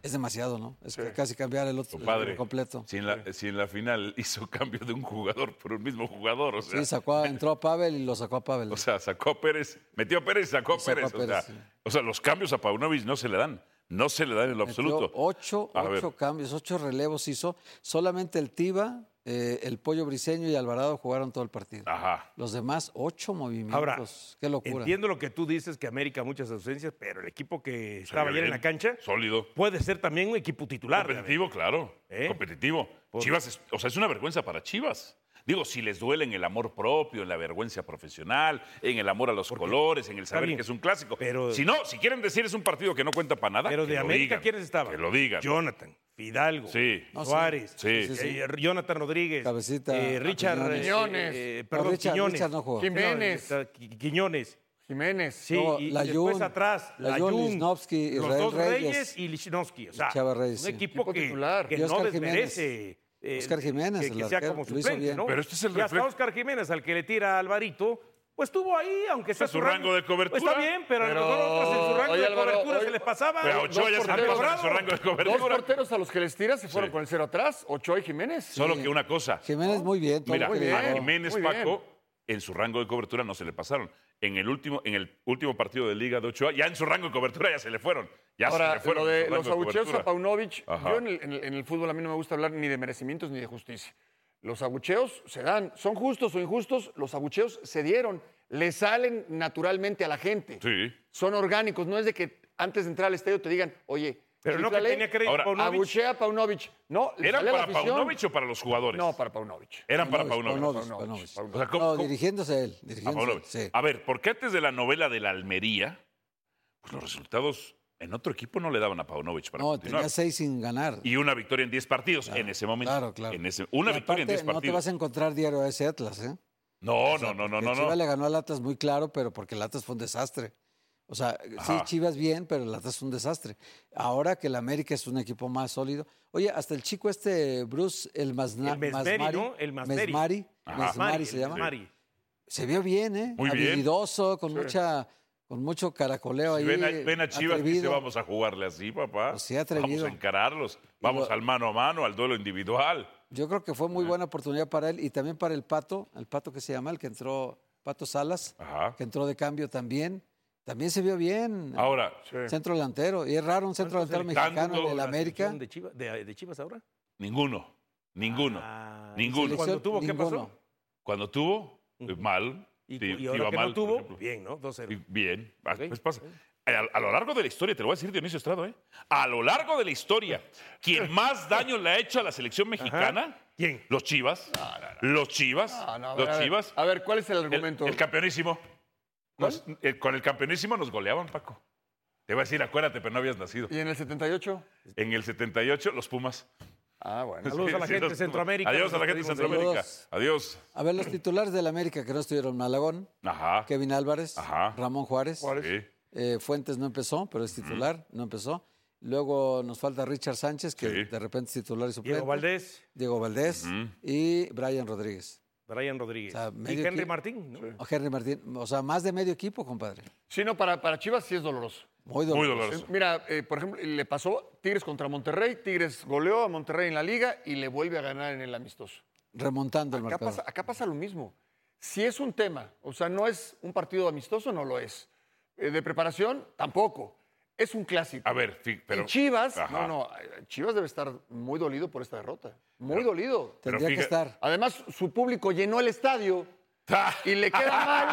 G: Es demasiado, ¿no? Es que casi cambiar el otro el
E: Compadre,
G: completo.
E: Si en, la, si en la final hizo *laughs* cambio de un jugador por un mismo jugador, o sea,
G: Sí, sacó a- entró a Pavel y lo sacó a Pavel.
E: o sea, sacó a Pérez, metió a Pérez, sacó a
G: Sacó a
E: Pérez. o, sea,
G: Pérez, sí.
E: o sea, los cambios a Paunovic no se le dan, no se le dan en lo
G: Metió
E: absoluto.
G: Ocho,
E: A ver.
G: ocho cambios, ocho relevos hizo. Solamente el Tiba, eh, el Pollo Briseño y Alvarado jugaron todo el partido.
E: Ah.
G: Los demás, ocho movimientos.
H: Ahora,
E: Pues,
G: Qué locura.
H: Entiendo lo que tú dices, que América muchas ausencias, pero el equipo que estaba
E: ve
H: ayer en
E: bien,
H: la cancha...
E: eh, Sólido.
H: Puede ser también un equipo titular.
E: Competitivo, claro.
H: ¿Eh?
E: Competitivo. Chivas, es- o sea, es una vergüenza para Chivas. Digo, si les duele en el amor propio, en la vergüenza profesional, en el amor a los colores, en el
H: Está
E: saber
H: bien,
E: que es un clásico.
H: pero-
E: si no, si quieren decir es un partido que no cuenta para nada,
H: Pero
E: que
H: de
E: lo
H: América,
E: digan,
H: ¿quiénes estaban?
E: Que lo digan.
H: Jonathan, Fidalgo,
E: Sí. No, sí.
H: Suárez,
E: Sí. Sí, sí,
H: eh, Jonathan Rodríguez, eh, Richard eh,
F: Quiñones.
H: eh,
F: No,
H: perdón,
F: Richard-
H: Quiñones.
F: Richard no jugó. Jiménez.
H: No, está Qui- Quiñones.
F: Jiménez.
H: Sí,
F: No,
H: y, y
F: Layún,
H: después atrás,
G: Layún,
H: Layún,
G: Lichnowsky,
H: los
G: Israel
H: dos Reyes,
G: Reyes
H: y Lichnowsky. O sea,
G: Chava Reyes,
H: un
G: sí.
H: equipo
G: Equipo
H: que,
G: titular.
H: que
G: Y
H: no
G: Oscar Jiménez.
H: desmerece. eh,
G: Oscar Jiménez,
H: que,
G: el
H: que sea
G: arquero,
H: como
G: lo hizo
H: suplente,
G: bien.
H: ¿no?
E: Pero este es el
H: y hasta
E: reflejo-
H: Oscar Jiménez, al que le tira a Alvarito, pues estuvo ahí, aunque sea
E: Este
H: Pues
E: su rango de cobertura.
H: Está bien, pero,
E: Pero-
H: a lo mejor otros en su rango
E: Oye,
H: de
E: Álvaro,
H: cobertura
E: hoy-
H: se les pasaba.
E: Pero a
H: Dos
E: Ochoa ya se le
H: porteros.
E: pasaba en su rango de cobertura.
F: Dos porteros a los que les tira se fueron con el cero atrás, Ochoa y Jiménez.
E: Solo que una cosa.
G: Jiménez muy bien. todo
E: Mira,
G: lo que le
E: a
G: dio.
E: Jiménez Paco en su rango de cobertura no se le pasaron. En el último, en el último partido de Liga de Ochoa, ya en su rango de cobertura ya se le fueron. Ya se
F: Ahora,
E: le fueron.
F: lo
E: en
F: de
E: su rango
F: los
E: de
F: abucheos a
E: cobertura.
F: Paunovic,
E: Ajá.
F: yo en el, en el- en el fútbol a mí no me gusta hablar ni de merecimientos ni de justicia. Los abucheos se dan, son justos o injustos, los abucheos se dieron, le salen naturalmente a la gente.
E: Sí.
F: Son orgánicos, no es de que antes de entrar al estadio te digan, oye,
E: Pero no que
F: chiflale,
E: tenía crédito Ahora- Paunovic.
F: Abuchea a Paunovic. No, le
E: ¿Era
F: sale a la
E: para
F: afición.
E: Paunovic o para los jugadores?
F: No, para Paunovic.
E: Eran para Paunovic.
G: Paunovic, Paunovic,
E: O sea, ¿cómo-
G: No,
E: cómo-
G: dirigiéndose él.
E: a
G: dirigiéndose
E: Paunovic? Ah,
G: él, sí.
E: A ver, porque antes de la novela de la Almería, pues los resultados en otro equipo no le daban a Paunovic para
G: No,
E: continuar.
G: tenía seis sin ganar.
E: Y una victoria en 10 partidos en ese momento.
G: claro, claro.
E: En ese- una
G: Y
E: victoria en
G: aparte,
E: 10
G: no te
E: partidos.
G: vas a encontrar diario a ese Atlas, ¿eh?
E: No, no, no, no,
G: Que
E: no,
G: Chivas
E: no.
G: le ganó al Atlas muy claro, pero porque el Atlas fue un desastre. O sea,
E: Ajá.
G: sí, Chivas bien, pero el Atlas fue un desastre. Ahora que el América es un equipo más sólido. Oye, hasta el chico este, Bruce, el, Masna,
H: El Mesmeri,
G: Masmari,
H: ¿no? El Masmeri.
G: Mesmari,
H: Ajá.
G: Mesmari se
H: El
G: llama.
H: Mesmari.
G: Se vio bien, ¿eh?
E: Muy bien.
G: Habilidoso, con
E: Sí.
G: mucha... Con mucho caracoleo ahí.
E: Si ven, a, ven a Chivas que dice,
G: atrevido.
E: vamos a jugarle así, papá. Vamos
G: atrevido.
E: a encararlos. Vamos al mano a mano, al duelo individual.
G: Yo creo que fue muy buena oportunidad para él y también para el Pato, el Pato que se llama, el que entró, Pato Salas, que entró de cambio también. También se vio bien.
E: Ahora,
G: Centro delantero. Y es raro un centro delantero mexicano en el América.
H: ¿De Chivas, de, de Chivas ahora?
E: Ninguno. Ninguno.
H: Ah.
E: ninguno.
G: selección, ¿Cuándo tuvo, qué pasó? ninguno.
E: Cuando tuvo, eh, mal. te-
H: Y
E: te
H: ahora
E: iba
H: que
E: mal,
H: no
E: por
H: tuvo,
E: ejemplo.
H: bien, ¿no? 2-0.
E: Y Bien. Ah, pues pasa. A, a lo largo de la historia, te lo voy a decir Dionisio Estrado, ¿eh? A lo largo de la historia, quien
F: *laughs*
E: más daño le ha hecho a la selección mexicana,
H: ¿quién?
E: Los Chivas. Los Chivas.
F: a ver,
E: los
F: a ver,
E: Chivas.
F: A ver, ¿cuál es el argumento?
E: El, campeonísimo. Nos- el- con el campeonísimo nos goleaban, Paco. Te voy a decir, acuérdate, pero no habías nacido.
F: ¿Y en el 78?
E: En el 78, los Pumas.
F: Ah, bueno.
E: *laughs*
H: Saludos a la gente de Centroamérica.
E: Adiós a la gente de
H: Nos
E: Centroamérica.
G: despedimos
E: Adiós.
G: A ver, los titulares del América que no estuvieron Malagón, Kevin Álvarez, Ramón Juárez. Eh, Fuentes no empezó, pero es titular, no empezó. Luego nos falta Richard Sánchez, que de repente es titular y suplente.
H: Diego Valdés.
G: Diego Valdés y Brian Rodríguez.
F: pues,
H: Brian Rodríguez.
G: O sea,
H: y
G: medio
H: Henry
G: equipo.
H: Martín, ¿no?
G: O Henry Martín, o sea, más de medio equipo, compadre.
F: Sí, no, para, para Chivas sí es doloroso.
G: Muy doloroso. Muy doloroso.
F: Eh, Mira, eh, por ejemplo, le pasó Tigres contra Monterrey, Tigres goleó a Monterrey en la liga y le vuelve a ganar en el amistoso.
G: Remontando el
F: Acá
G: marcador.
F: pasa, acá pasa lo mismo. Si es un tema, o sea, no es un partido amistoso, no lo es. Eh, de preparación, tampoco. Es un clásico.
E: A ver, fi- pero.
F: Y Chivas,
E: Ajá. *laughs*
F: no, *laughs* no, eh, Chivas debe estar muy dolido por esta derrota. Muy dolido.
E: Tendría pero que fija- estar.
F: Además, su público llenó el estadio y le
E: *laughs*
F: queda mal.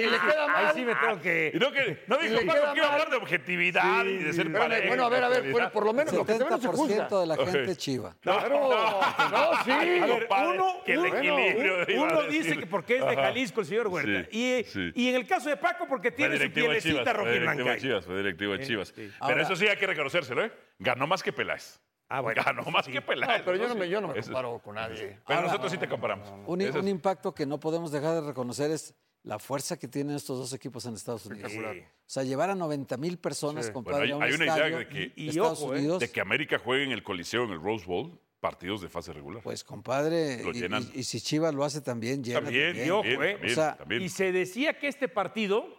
F: y Ah, le queda mal.
H: Ahí sí me tengo que.
E: Y
H: *laughs*
E: no, que, no
F: Y
E: dijo,
F: le
E: Paco,
F: queda
E: quiero
F: mal.
E: hablar de objetividad y de ser
F: Espérame,
E: parejo,
F: bueno, a ver, a ver,
E: neutralidad".
F: bueno, por lo menos lo que se ve no se juzga.
G: 70% de la gente
E: Ok.
G: chiva.
F: *laughs* Claro,
E: *laughs*
F: no, sí.
H: A ver,
E: Compadre,
H: uno,
E: que el
H: uno-
E: equilibrio,
H: uno
E: iba a decir.
H: dice que porque es de
E: Ajá.
H: Jalisco el señor Huerta. y,
E: sí.
H: y en el caso de Paco, porque
E: Fue
H: tiene su
E: directivo de Chivas,
H: pielecita
E: fue directivo de
H: rojiblanca.
E: Chivas, fue directivo de
H: Eh,
E: Chivas.
H: sí.
E: Pero
H: Ahora-
E: eso sí hay que reconocérselo, ¿eh? Ganó más que Peláez.
H: Ah, bueno.
E: Ah, no, más que pelar.
F: No, pero yo no me- yo no me comparo con nadie.
E: Pero
F: Ahora-
E: nosotros sí te comparamos.
G: Un,
E: Eso
G: un
E: es-
G: impacto que no podemos dejar de reconocer es la fuerza que tienen estos dos equipos en Estados Unidos.
E: Espectacular.
G: O sea, llevar a 90 mil personas,
E: Sí.
G: compadre,
E: Bueno,
G: a
E: hay,
G: un
E: hay una
G: estadio
E: idea de que, eh,
G: de Estados Unidos,
E: de que América juegue en el Coliseo, en el Rose Bowl, partidos de fase regular.
G: pues, compadre,
E: Lo
G: y-
E: llenan.
G: y, y si Chivas lo hace también, llena
E: También,
G: también.
E: y ojo, También,
H: eh,
G: o sea,
E: también.
H: Y se decía que este partido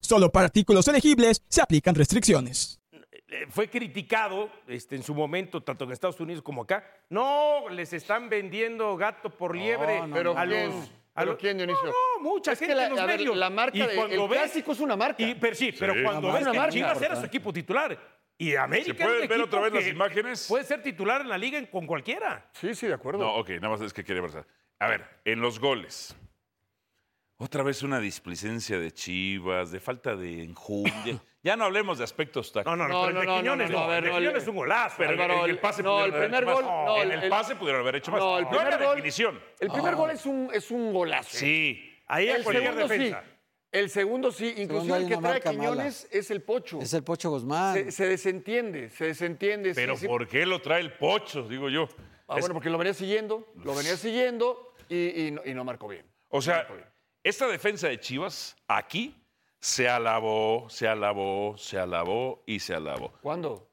J: Solo para artículos elegibles se aplican restricciones.
H: eh, fue criticado este, en su momento, tanto en Estados Unidos como acá. No, les están vendiendo gato por liebre
F: pero
H: a
F: ¿quién?
H: los... A
F: ¿Pero
H: los-
F: quién, Dionisio?
H: No, mucha
F: Es que
H: gente
F: la-
H: en los
F: a ver,
H: medios.
F: la marca
H: y
F: de-
H: cuando
F: el
H: ves,
F: clásico es una marca.
H: Y, pero sí, pero
E: Sí. Ah,
H: cuando
F: Una
H: ves que
F: marca.
H: Chivas era su
F: Importante.
H: equipo titular. Y América
E: ¿Se
H: es un
E: pueden ver
H: equipo
E: otra vez las
H: que
E: imágenes?
H: Puede ser titular en la liga en- con cualquiera.
F: Sí, sí, de acuerdo.
E: No, ok, nada más es que quería ver. A ver, en los goles. Otra vez una displicencia de Chivas, de falta de
F: *laughs*
E: enjundia. ya no hablemos de aspectos tácticos.
H: No, no,
F: No,
H: no,
F: no,
H: pero el de
F: no, no,
H: Quiñones
F: no,
H: no.
F: a ver,
H: el de
F: no, el-
H: Quiñones es un golazo.
E: Pero
F: Álvaro,
E: en el pase
F: no,
E: pudieron
F: el
E: haber
F: primer
E: hecho más.
F: gol, no,
E: en el,
F: el-
E: pase pudieron haber hecho más.
F: no, el
E: No,
F: primer
E: era
F: gol-
E: definición.
F: El primer gol es un, es un golazo.
H: Sí. Ahí a
F: El
H: cualquier
F: segundo sí.
H: defensa.
F: El segundo sí. Inclusive
G: hay
F: el que
G: una
F: trae
G: marca mala.
F: Quiñones es el Pocho.
G: es el Pocho Guzmán.
F: se, se desentiende, se desentiende. sí,
E: Pero
F: sí.
E: ¿por qué lo trae el pocho? Digo yo.
F: Ah,
E: Es-
F: bueno, porque lo venía siguiendo, lo venía siguiendo y, y no, y no marcó bien.
E: O sea, esta defensa de Chivas aquí se alabó, se alabó, se alabó y se alabó.
F: ¿Cuándo?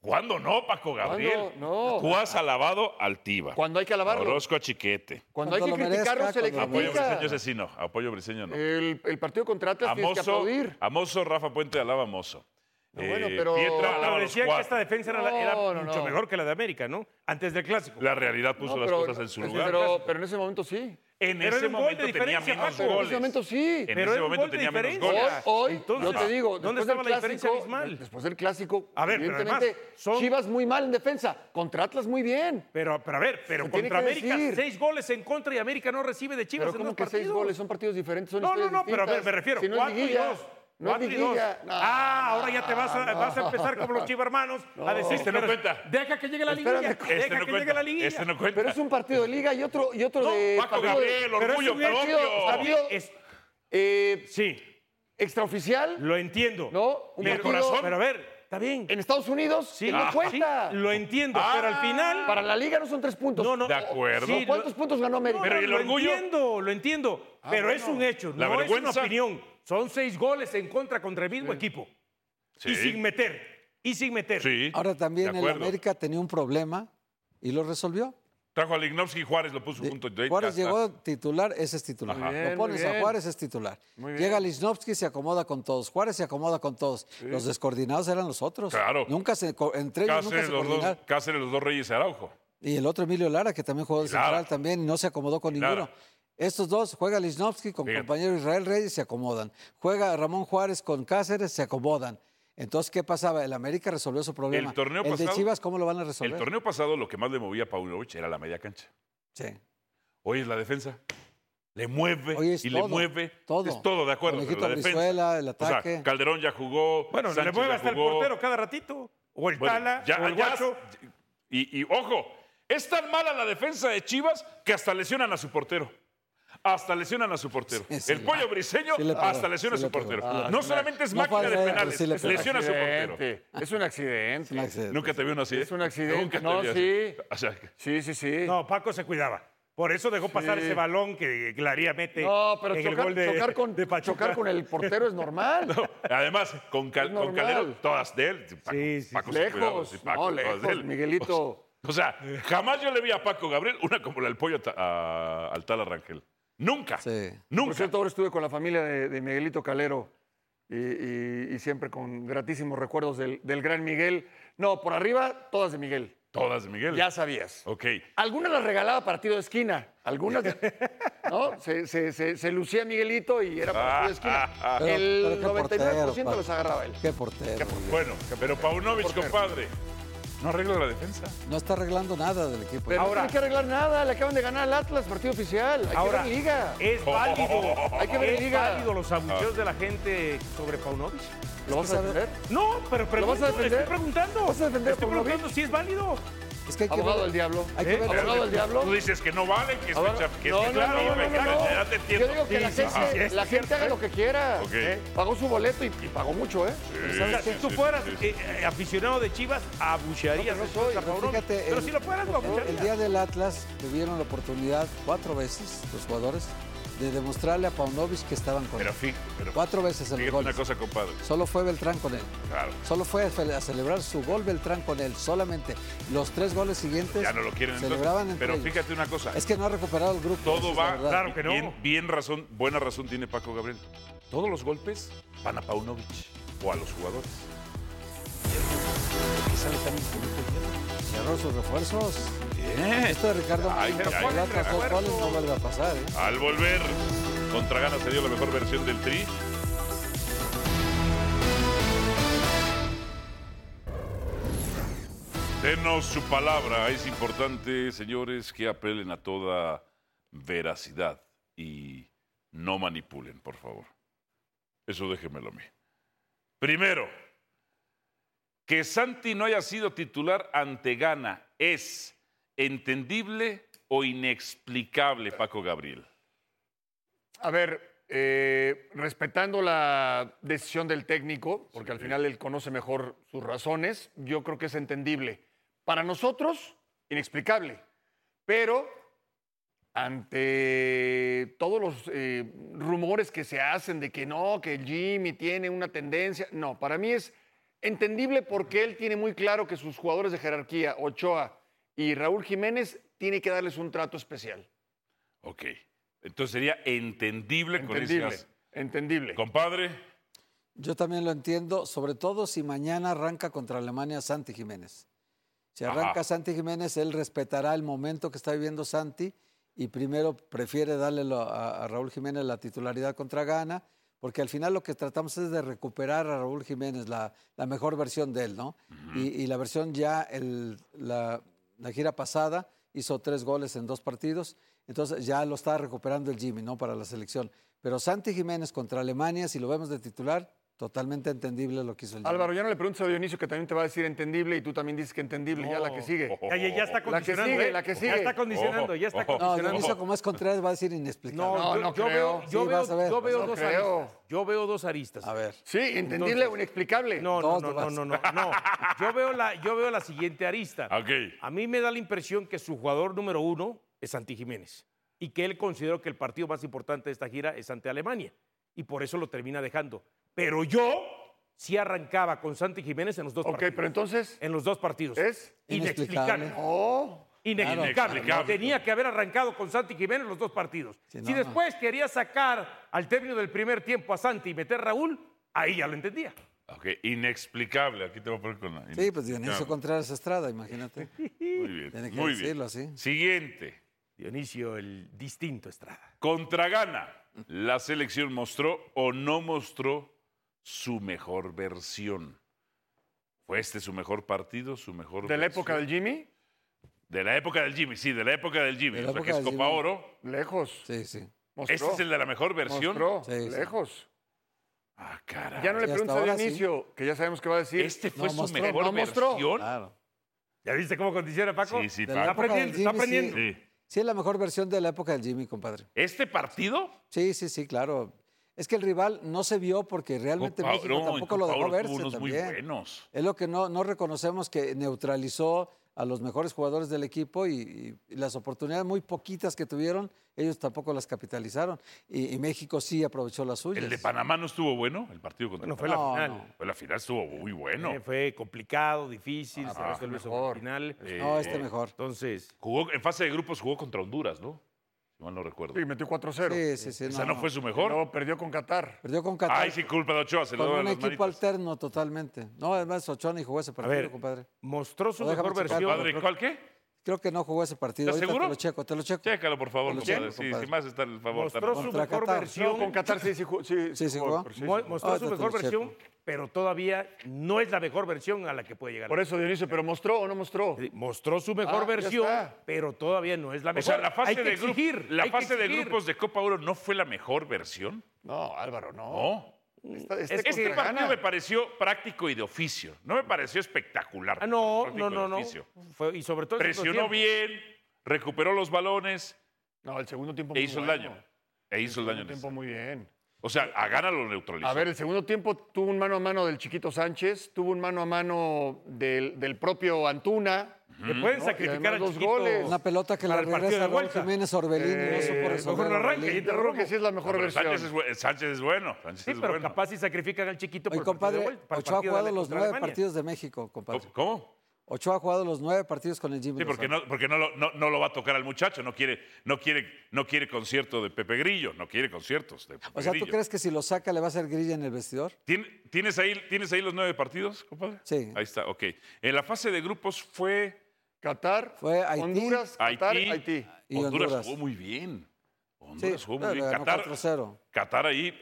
E: ¿Cuándo no, Paco Gabriel?
F: No.
E: Tú has alabado al Tiba.
F: Cuando hay que alabarlo.
E: Orozco a Chiquete.
G: Cuando
F: Cuando, hay que
G: lo merezca,
F: criticarlo, se le
G: cuando lo
E: Apoyo
G: merezca.
F: critica.
E: Briseño, ese sí no. Apoyo Briseño no.
F: El, el partido contra Atlas
E: a,
F: Eh, tienes que
E: Mozo,
F: aplaudir.
E: a Mozo, Rafa Puente alaba a Mozo.
F: No, bueno, pero-
E: Pietra
F: No,
E: alaba
H: Pero
E: a los
H: decían que
E: cuatro.
H: esta defensa era, la- era
F: No, no,
H: mucho
F: no.
H: mejor que la de América, ¿no? Antes del clásico.
E: La realidad puso
F: No,
E: las
F: pero-
E: cosas en su
F: pero-
E: lugar.
F: Pero, pero en ese momento sí.
E: en
H: era
E: ese
H: un gol de
E: momento tenía
H: diferencia,
E: menos
H: Paco.
F: Pero en
E: goles.
F: ese momento sí.
E: En
H: Pero
E: ese
H: era un
E: momento
H: gol de
E: tenía menos
H: diferencia.
F: Hoy,
E: goles.
F: hoy
H: Entonces,
F: yo te digo,
H: ¿dónde
F: después del
H: estaba la
F: clásico,
H: diferencia abismal?
F: después del clásico,
H: A ver, pero
F: evidentemente,
H: además, son-
F: Chivas muy mal en defensa, contra Atlas muy bien.
H: Pero, pero a ver, pero
F: Se tiene
H: contra
F: que
H: América,
F: decir.
H: seis goles en contra y América no recibe de Chivas
F: Pero
H: en
F: como
H: dos
F: que seis
H: partidos.
F: goles son partidos diferentes, son
H: No, no,
F: historias
H: no, pero a ver,
F: distintas.
H: me refiero.
F: Si no es
H: cuatro y
F: liguilla, no
H: dos.
F: es
H: cuatro y dos.
F: liguilla. Ah. No,
H: ah,
F: no,
H: ahora ya te vas a,
F: no.
H: vas a empezar como los chivarmanos a decir
E: Este no
H: pero
E: cuenta.
H: Deja que llegue la liguilla.
F: Espérame,
H: Deja
E: Este no
H: que llegue
E: cuenta.
H: la liguilla.
E: Este no cuenta.
F: Pero es un partido de liga y otro, y otro
E: No,
F: de.
E: Paco
F: partido de-
E: Gabriel,
H: Pero
E: orgullo
H: eso hubiera
E: propio.
F: sido-
H: Está bien,
F: Partido-
H: es-
F: eh,
H: sí,
F: extraoficial
H: lo entiendo.
F: No, un
H: pero,
F: partido-
H: pero a ver, está bien.
F: en Estados Unidos,
H: Sí,
F: que no
H: ah,
F: cuenta.
H: sí, lo entiendo, pero al final.
F: Ah, Para la liga no son tres puntos.
H: No, no.
E: De acuerdo.
H: Sí,
F: ¿O ¿Cuántos
H: lo-
F: puntos ganó América? Ah,
E: Pero ¿y el
H: lo
E: orgullo?
H: entiendo, lo entiendo. pero es un hecho,
E: La
H: no es
E: vergüenza.
H: una opinión. Son seis goles en contra contra el mismo equipo. Y
E: Sí.
H: sin meter. Y sin meter.
E: Sí.
G: Ahora también
E: De
G: el
E: acuerdo.
G: América tenía un problema y lo resolvió.
E: Trajo a Lignovsky Juárez, lo puso junto. y-
G: Juárez
E: Ya está.
G: llegó titular, ese es titular.
E: Ajá.
F: Muy bien,
G: Lo pones
F: muy bien.
G: a Juárez, es titular.
F: Muy bien.
G: Llega Lisnovsky, se acomoda con todos. Juárez se acomoda con todos. Los descoordinados eran los otros.
E: Claro.
G: Nunca se, co- entre ellos nunca
E: Cáceres
G: se
E: los, dos,
G: coordinaron.
E: Cáceres, los dos Reyes Araujo.
G: Y el otro Emilio Lara, que también jugó de
E: Lara.
G: central también, y no se acomodó con
E: Lara.
G: ninguno. Estos dos, juega Lisnovsky con
E: Fíjate.
G: compañero Israel Reyes, se acomodan. Juega Ramón Juárez con Cáceres, se acomodan. Entonces, ¿qué pasaba? El América resolvió su problema.
E: El torneo
G: de
E: pasado-
G: Chivas, ¿cómo lo van a resolver?
E: El torneo pasado lo que más le movía a Paunovic era la media cancha.
G: Sí.
E: Hoy es la defensa. Le mueve
G: Hoy es
E: y le
G: todo,
E: mueve.
G: todo.
E: Es todo, de acuerdo.
G: Con
E: pero
G: Higuita
E: la defensa.
G: Brizuela, el
E: O sea,
G: ataque.
E: Calderón ya jugó.
H: Bueno, se le
E: Sánchez
H: mueve
E: ya
H: hasta el
E: jugó.
H: portero cada ratito. O el
E: Bueno,
H: Tala,
E: ya-
H: o el
E: ya-
H: Guacho.
E: Y, y ojo, es tan mala la defensa de Chivas que hasta lesionan a su portero. Hasta lesionan a su portero.
G: Sí, sí,
E: el
G: le-
E: pollo briseño
G: sí le pegó,
E: hasta lesiona
G: sí
E: a
G: le
E: su
G: pegó.
E: portero.
G: Ah,
E: no solamente es
G: no
E: máquina de
G: fue-
E: penales,
G: sí le pegó.
E: lesiona a su portero.
F: Accidente. Es un accidente.
G: un accidente.
E: Nunca te vi uno así.
F: Es
E: ¿eh?
F: un accidente.
E: Nunca te
F: No,
E: vi
F: sí.
E: así. O sea,
F: Sí, sí, sí.
H: No, Paco se cuidaba. Por eso dejó pasar
F: Sí.
H: ese balón que Glaría mete
F: No, pero
H: en el
F: chocar,
H: gol de,
F: chocar con,
H: de Pachuca.
F: chocar con el
H: *laughs*
F: portero es normal.
E: Además, con, Cal-
F: Es
E: con
F: normal.
E: Calderón, todas de él. Paco,
H: Sí, sí,
E: Paco se cuidaba,
F: lejos.
E: sí, Paco,
F: no,
E: todas de
F: lejos,
E: él.
H: *laughs*
F: Miguelito.
E: O sea, jamás yo le vi a Paco Gabriel una como la del pollo Ta- a- al tal Arrangel. Nunca.
F: Nunca. Por cierto, ahora estuve con la familia de, de Miguelito Calero y, y- y siempre con gratísimos recuerdos del, del gran Miguel. No, por arriba, todas de Miguel.
E: Todas de Miguel.
F: Ya sabías.
E: Ok.
F: Algunas las regalaba para tiro de esquina. Algunas.
H: *laughs*
F: ¿No? Se, se- se- se lucía Miguelito y era para tiro de
H: *laughs*
F: esquina.
G: Pero-
F: El
G: pero qué
F: 99%
G: portero, pa-
F: los agarraba él.
G: Qué portero.
E: Bueno, pero Paunovic, compadre, no arregla la defensa.
G: No está arreglando nada del equipo.
F: Pero no tiene que arreglar nada. Le acaban de ganar al Atlas, partido oficial. Hay
H: Ahora,
F: que ver liga.
H: Es válido.
F: *laughs* Hay que ver
H: es
F: liga.
H: válido los
E: Ah.
H: abucheos de la gente sobre Paunovic.
F: ¿Lo vas a defender?
H: No, pero
F: ¿Lo vas
H: pregunto,
F: a defender?
H: estoy preguntando.
F: ¿Vas a defender a
H: estoy
F: Paunovic?
H: preguntando si es válido.
G: Es que hay
F: que Abogado ver- del diablo. hay que ver- Abogado del diablo.
E: Tú dices que no vale, que es
F: Ahora-
E: fecha- que es
F: no, no,
E: fecha-
F: no, no,
E: me
F: no,
E: cagas,
F: no.
E: ya te entiendo.
F: Yo digo que la
E: Sí, sí,
F: gente,
E: sí, sí,
F: la
E: sí,
F: gente
E: sí.
F: haga lo que quiera.
E: Ok.
F: ¿eh? Pagó su boleto y, y pagó mucho, ¿eh?
H: Pero ¿sabes qué? si tú fueras eh, eh, aficionado de Chivas, abuchearías
F: No,
H: no,
F: que no soy.
H: a Paunovic.
G: Fíjate,
H: pero
G: el-
H: si lo fueras, lo
G: el- El
H: abuchearías.
G: día del Atlas tuvieron la oportunidad cuatro veces los jugadores de demostrarle a Paunovic que estaban con él.
E: Pero, fi- pero
G: Cuatro veces en los
E: fíjate una
G: goles.
E: cosa, compadre.
G: Solo fue Beltrán con él.
E: Claro.
G: Solo fue a fe- a celebrar su gol Beltrán con él. Solamente los tres goles siguientes
E: Ya no lo quieren entonces.
G: celebraban entre
E: Pero
G: ellos.
E: fíjate una cosa.
G: Es que no ha recuperado el grupo. esa
E: Todo
G: es la
E: va.
G: verdad.
E: Bien, bien razón, buena razón tiene Paco Gabriel. Todos los golpes van a Paunovic o a los jugadores.
G: Cerró sus refuerzos. Esto de Ricardo
E: Ay,
G: Molina,
E: ay,
G: por
E: ay,
G: Atlas, dos
E: refuerzo.
G: goles, no vuelve a pasar. ¿eh?
E: Al volver, contra Gana se dio la mejor versión del Tri. Denos su palabra. Es importante, señores, que apelen a toda veracidad y no manipulen, por favor. Eso déjenmelo a mí. Primero, que Santi no haya sido titular ante Gana es entendible o inexplicable, Paco Gabriel.
F: A ver, eh, respetando la decisión del técnico, porque al final él conoce mejor sus razones, yo creo que es entendible. Para nosotros, inexplicable. Pero ante todos los eh, rumores que se hacen de que no, que Jimmy tiene una tendencia, no, para mí es entendible porque él tiene muy claro que sus jugadores de jerarquía, Ochoa y Raúl Jiménez, tiene que darles un trato especial.
E: Ok. Entonces sería entendible, con
F: Entendible,
E: esas.
F: entendible.
E: Compadre,
G: Yo también lo entiendo, sobre todo si mañana arranca contra Alemania Santi Jiménez. Si arranca
E: Ajá.
G: Santi Jiménez, él respetará el momento que está viviendo Santi y primero prefiere darle lo- a, a Raúl Jiménez la titularidad contra Gana, porque al final lo que tratamos es de recuperar a Raúl Jiménez, la, la mejor versión de él, ¿no? y, y la versión ya, el- la, la gira pasada, hizo tres goles en dos partidos, entonces ya lo está recuperando el Jimmy, ¿no? Para la selección. Pero Santi Jiménez contra Alemania, si lo vemos de titular, totalmente entendible lo que hizo el Jimmy.
F: Álvaro, ya no le preguntes a Dionisio que también te va a decir entendible y tú también dices que entendible. Ya la que sigue.
E: Oh.
H: Ya, ya- ya está
F: La que
H: condicionando.
F: sigue,
H: ¿eh?
F: la que sigue.
H: Ya está condicionando, ya está
G: No,
H: condicionando.
G: Dionisio, como es Contreras, va a decir inexplicable.
H: No, yo, yo veo, yo
G: Sí,
H: veo-
G: vas a ver.
H: yo veo
G: No
H: dos
G: creo.
H: aristas. Yo veo dos aristas.
G: A ver.
F: Sí, entendible o inexplicable.
H: No, no,
G: Dos
H: no, no,
G: nomás.
H: no, no, no. Yo veo la, yo veo la siguiente arista.
E: ok.
H: A mí me da la impresión que su jugador número uno es Santi Jiménez y que él consideró que el partido más importante de esta gira es ante Alemania y por eso lo termina dejando. Pero yo sí arrancaba con Santi Jiménez en los dos
F: Ok,
H: partidos.
F: pero entonces
E: Eh,
H: En los dos partidos.
F: es.
H: Inexplicable.
G: Inexplicable.
F: Oh,
H: Inexplicable.
E: Inexplicable.
H: Tenía que haber arrancado con Santi Jiménez los dos partidos.
G: Sí, no,
H: si
G: no.
H: después quería sacar al término del primer tiempo a Santi y meter a Raúl, ahí ya lo entendía.
E: Ok, inexplicable. Aquí te voy a poner con la.
G: Sí, pues Dionisio
E: inexplicable.
G: Contreras Estrada,
E: *laughs*
G: imagínate.
E: Muy bien.
G: Tiene que
E: muy bien.
G: decirlo así.
E: Siguiente.
H: Dionisio, el distinto Estrada.
E: Contra Ghana, la selección mostró o no mostró su mejor versión. ¿Fue este su mejor partido, su mejor
F: ¿De la
E: versión?
F: época del Jimmy?
E: De la época del Jimmy, sí, de la época del Jimmy.
G: De
E: O
G: la
E: sea, que
G: época
E: es
G: del
E: Copa
G: Jimmy.
E: Oro.
F: Lejos.
G: Sí, sí.
F: Mostró.
E: ¿Este es el de la mejor versión?
F: Mostró.
G: Sí, sí.
F: Lejos.
E: Ah, caray.
F: Ya no le
G: Sí, hasta
F: preguntes a
G: ahora sí.
F: Dionisio, que ya sabemos qué va a decir.
E: ¿Este fue
G: No,
E: su
G: mostró.
E: mejor
F: No mostró.
E: versión?
G: Claro.
H: ¿Ya viste cómo condiciona Paco?
E: Sí, sí,
G: De
E: Paco.
G: la época del
H: aprendiendo, está
G: Jimmy, sí.
H: aprendiendo.
E: Sí.
G: Sí, es la mejor versión de la época del Jimmy, compadre.
E: ¿Este partido?
G: Sí, sí, sí, claro. Es que el rival no se vio porque realmente
E: Copa-
G: México
E: no, en
G: tampoco lo
E: Copa
G: dejó
E: Oro tuvo
G: verse
E: unos muy
G: también.
E: buenos.
G: Es lo que no, no reconocemos que neutralizó a los mejores jugadores del equipo y, y las oportunidades muy poquitas que tuvieron, ellos tampoco las capitalizaron. Y, y México sí aprovechó las suyas.
E: ¿El de Panamá no estuvo bueno? El partido contra
H: Bueno, fue
E: Panamá.
H: la
G: No,
H: final.
E: Fue la final, estuvo muy bueno. Ah,
H: Eh, fue complicado, difícil, se resolvió sobre el final.
G: No, este mejor.
H: Entonces,
E: Jugó en fase de grupos, jugó contra Honduras, ¿no? Si No, no recuerdo.
F: Sí, metió 4-0.
G: Sí, sí, sí,
E: Esa no, fue su mejor.
F: No, perdió con Qatar.
G: Perdió con Qatar.
E: Ay, sí, culpa de Ochoa, se le
G: pues, Con
E: doy a
G: un
E: las
G: equipo
E: manitas.
G: alterno totalmente. No, además Ochoa ni jugó ese partido,
H: ver,
G: compadre.
H: Mostró su
G: O déjame
H: mejor
G: checar,
H: versión.
E: Padre, ¿cuál qué?
G: Creo que no jugó ese partido.
E: ¿Estás
G: Ahorita
E: seguro?
G: Te lo checo, te lo checo.
E: Chécalo, por favor,
G: Con los
E: compadre.
G: chelos,
E: Sí,
G: compadre.
E: sin más está el favor.
H: Mostró
E: también.
H: su
G: Contra
H: mejor
G: Qatar. Ah,
F: No,
H: versión.
F: con Qatar sí, sí, ju- sí,
G: Sí, sí jugó.
F: pero
H: Mo- Mostró
G: Ahorita
H: su
G: te lo
H: mejor
G: checo.
H: versión, pero todavía no es la mejor versión a la que puede llegar.
F: Por eso, Dionisio, ¿pero mostró o no mostró?
H: Mostró su mejor
F: Ah, ya
H: versión,
F: está.
H: pero todavía no es la
E: O
H: mejor.
E: sea, la fase,
H: Hay que
E: de, grupo-
H: exigir,
E: la
H: hay que
E: fase de
H: exigir.
E: grupos de Copa Oro no fue la mejor versión.
F: No, Álvaro, no.
E: No.
F: Esta- este
E: Este
F: contra
E: partido
F: Ghana.
E: me pareció práctico y de oficio. No me pareció espectacular.
H: Ah, no,
E: Práctico y
H: no,
E: de
H: no, no.
E: oficio.
H: Fue- y sobre todo en el segundo
E: Presionó
H: tiempo.
E: bien, recuperó los balones
F: No, el segundo tiempo
E: e
F: muy
E: hizo el
F: bueno.
E: daño. E hizo el
F: El
E: daño.
F: segundo tiempo
E: necesario.
F: muy bien.
E: O sea, a Gana lo neutralizó.
F: A ver, el segundo tiempo tuvo un mano a mano del chiquito Sánchez, tuvo un mano a mano del, del propio Antuna.
H: Le pueden
F: No, y
H: sacrificar
F: además
H: a
F: dos
H: Chiquito.
F: goles.
G: Una pelota que la
H: Para el partido
G: regresa
H: de
G: Raúl
H: vuelta.
G: Jiménez Orbelín.
F: Eh,
G: eso por
F: mejor
G: eso.
H: lo arranca
F: Y
H: y
F: te creo que sí es la mejor
E: Pero
F: versión.
E: Sánchez es, bu- Sánchez es bueno. Sánchez
H: Sí,
E: es
H: pero
E: bueno.
H: capaz si sacrifican al Chiquito.
G: Oye,
H: por el partido de
G: compadre,
H: vuelta, para el
G: Ochoa ha
H: partido
G: jugado
H: de-
G: los
H: contra
G: nueve
H: Alemania.
G: partidos de México, compadre.
E: ¿Cómo?
G: Ochoa ha jugado los nueve partidos con el Jimmy.
E: Sí, porque
G: Lozano.
E: no, porque no lo, no- no lo va a tocar al muchacho. No quiere, no quiere, no quiere concierto de Pepe Grillo. No quiere conciertos de Pepe
G: O sea, ¿tú
E: Grillo.
G: crees que si lo saca le va a hacer grilla en el vestidor?
E: ¿Tien- ¿Tienes ahí, ¿Tienes ahí los nueve partidos, compadre?
G: Sí.
E: Ahí está, ok. En la fase de grupos fue
F: Qatar,
G: Fue Haití.
F: Honduras, Qatar,
E: Haití.
F: Haití.
G: Y
E: Honduras,
G: Honduras.
E: jugó muy bien. Honduras jugó muy
G: Ah, le
E: bien.
G: ganó
E: Qatar,
G: 4-0.
E: Qatar ahí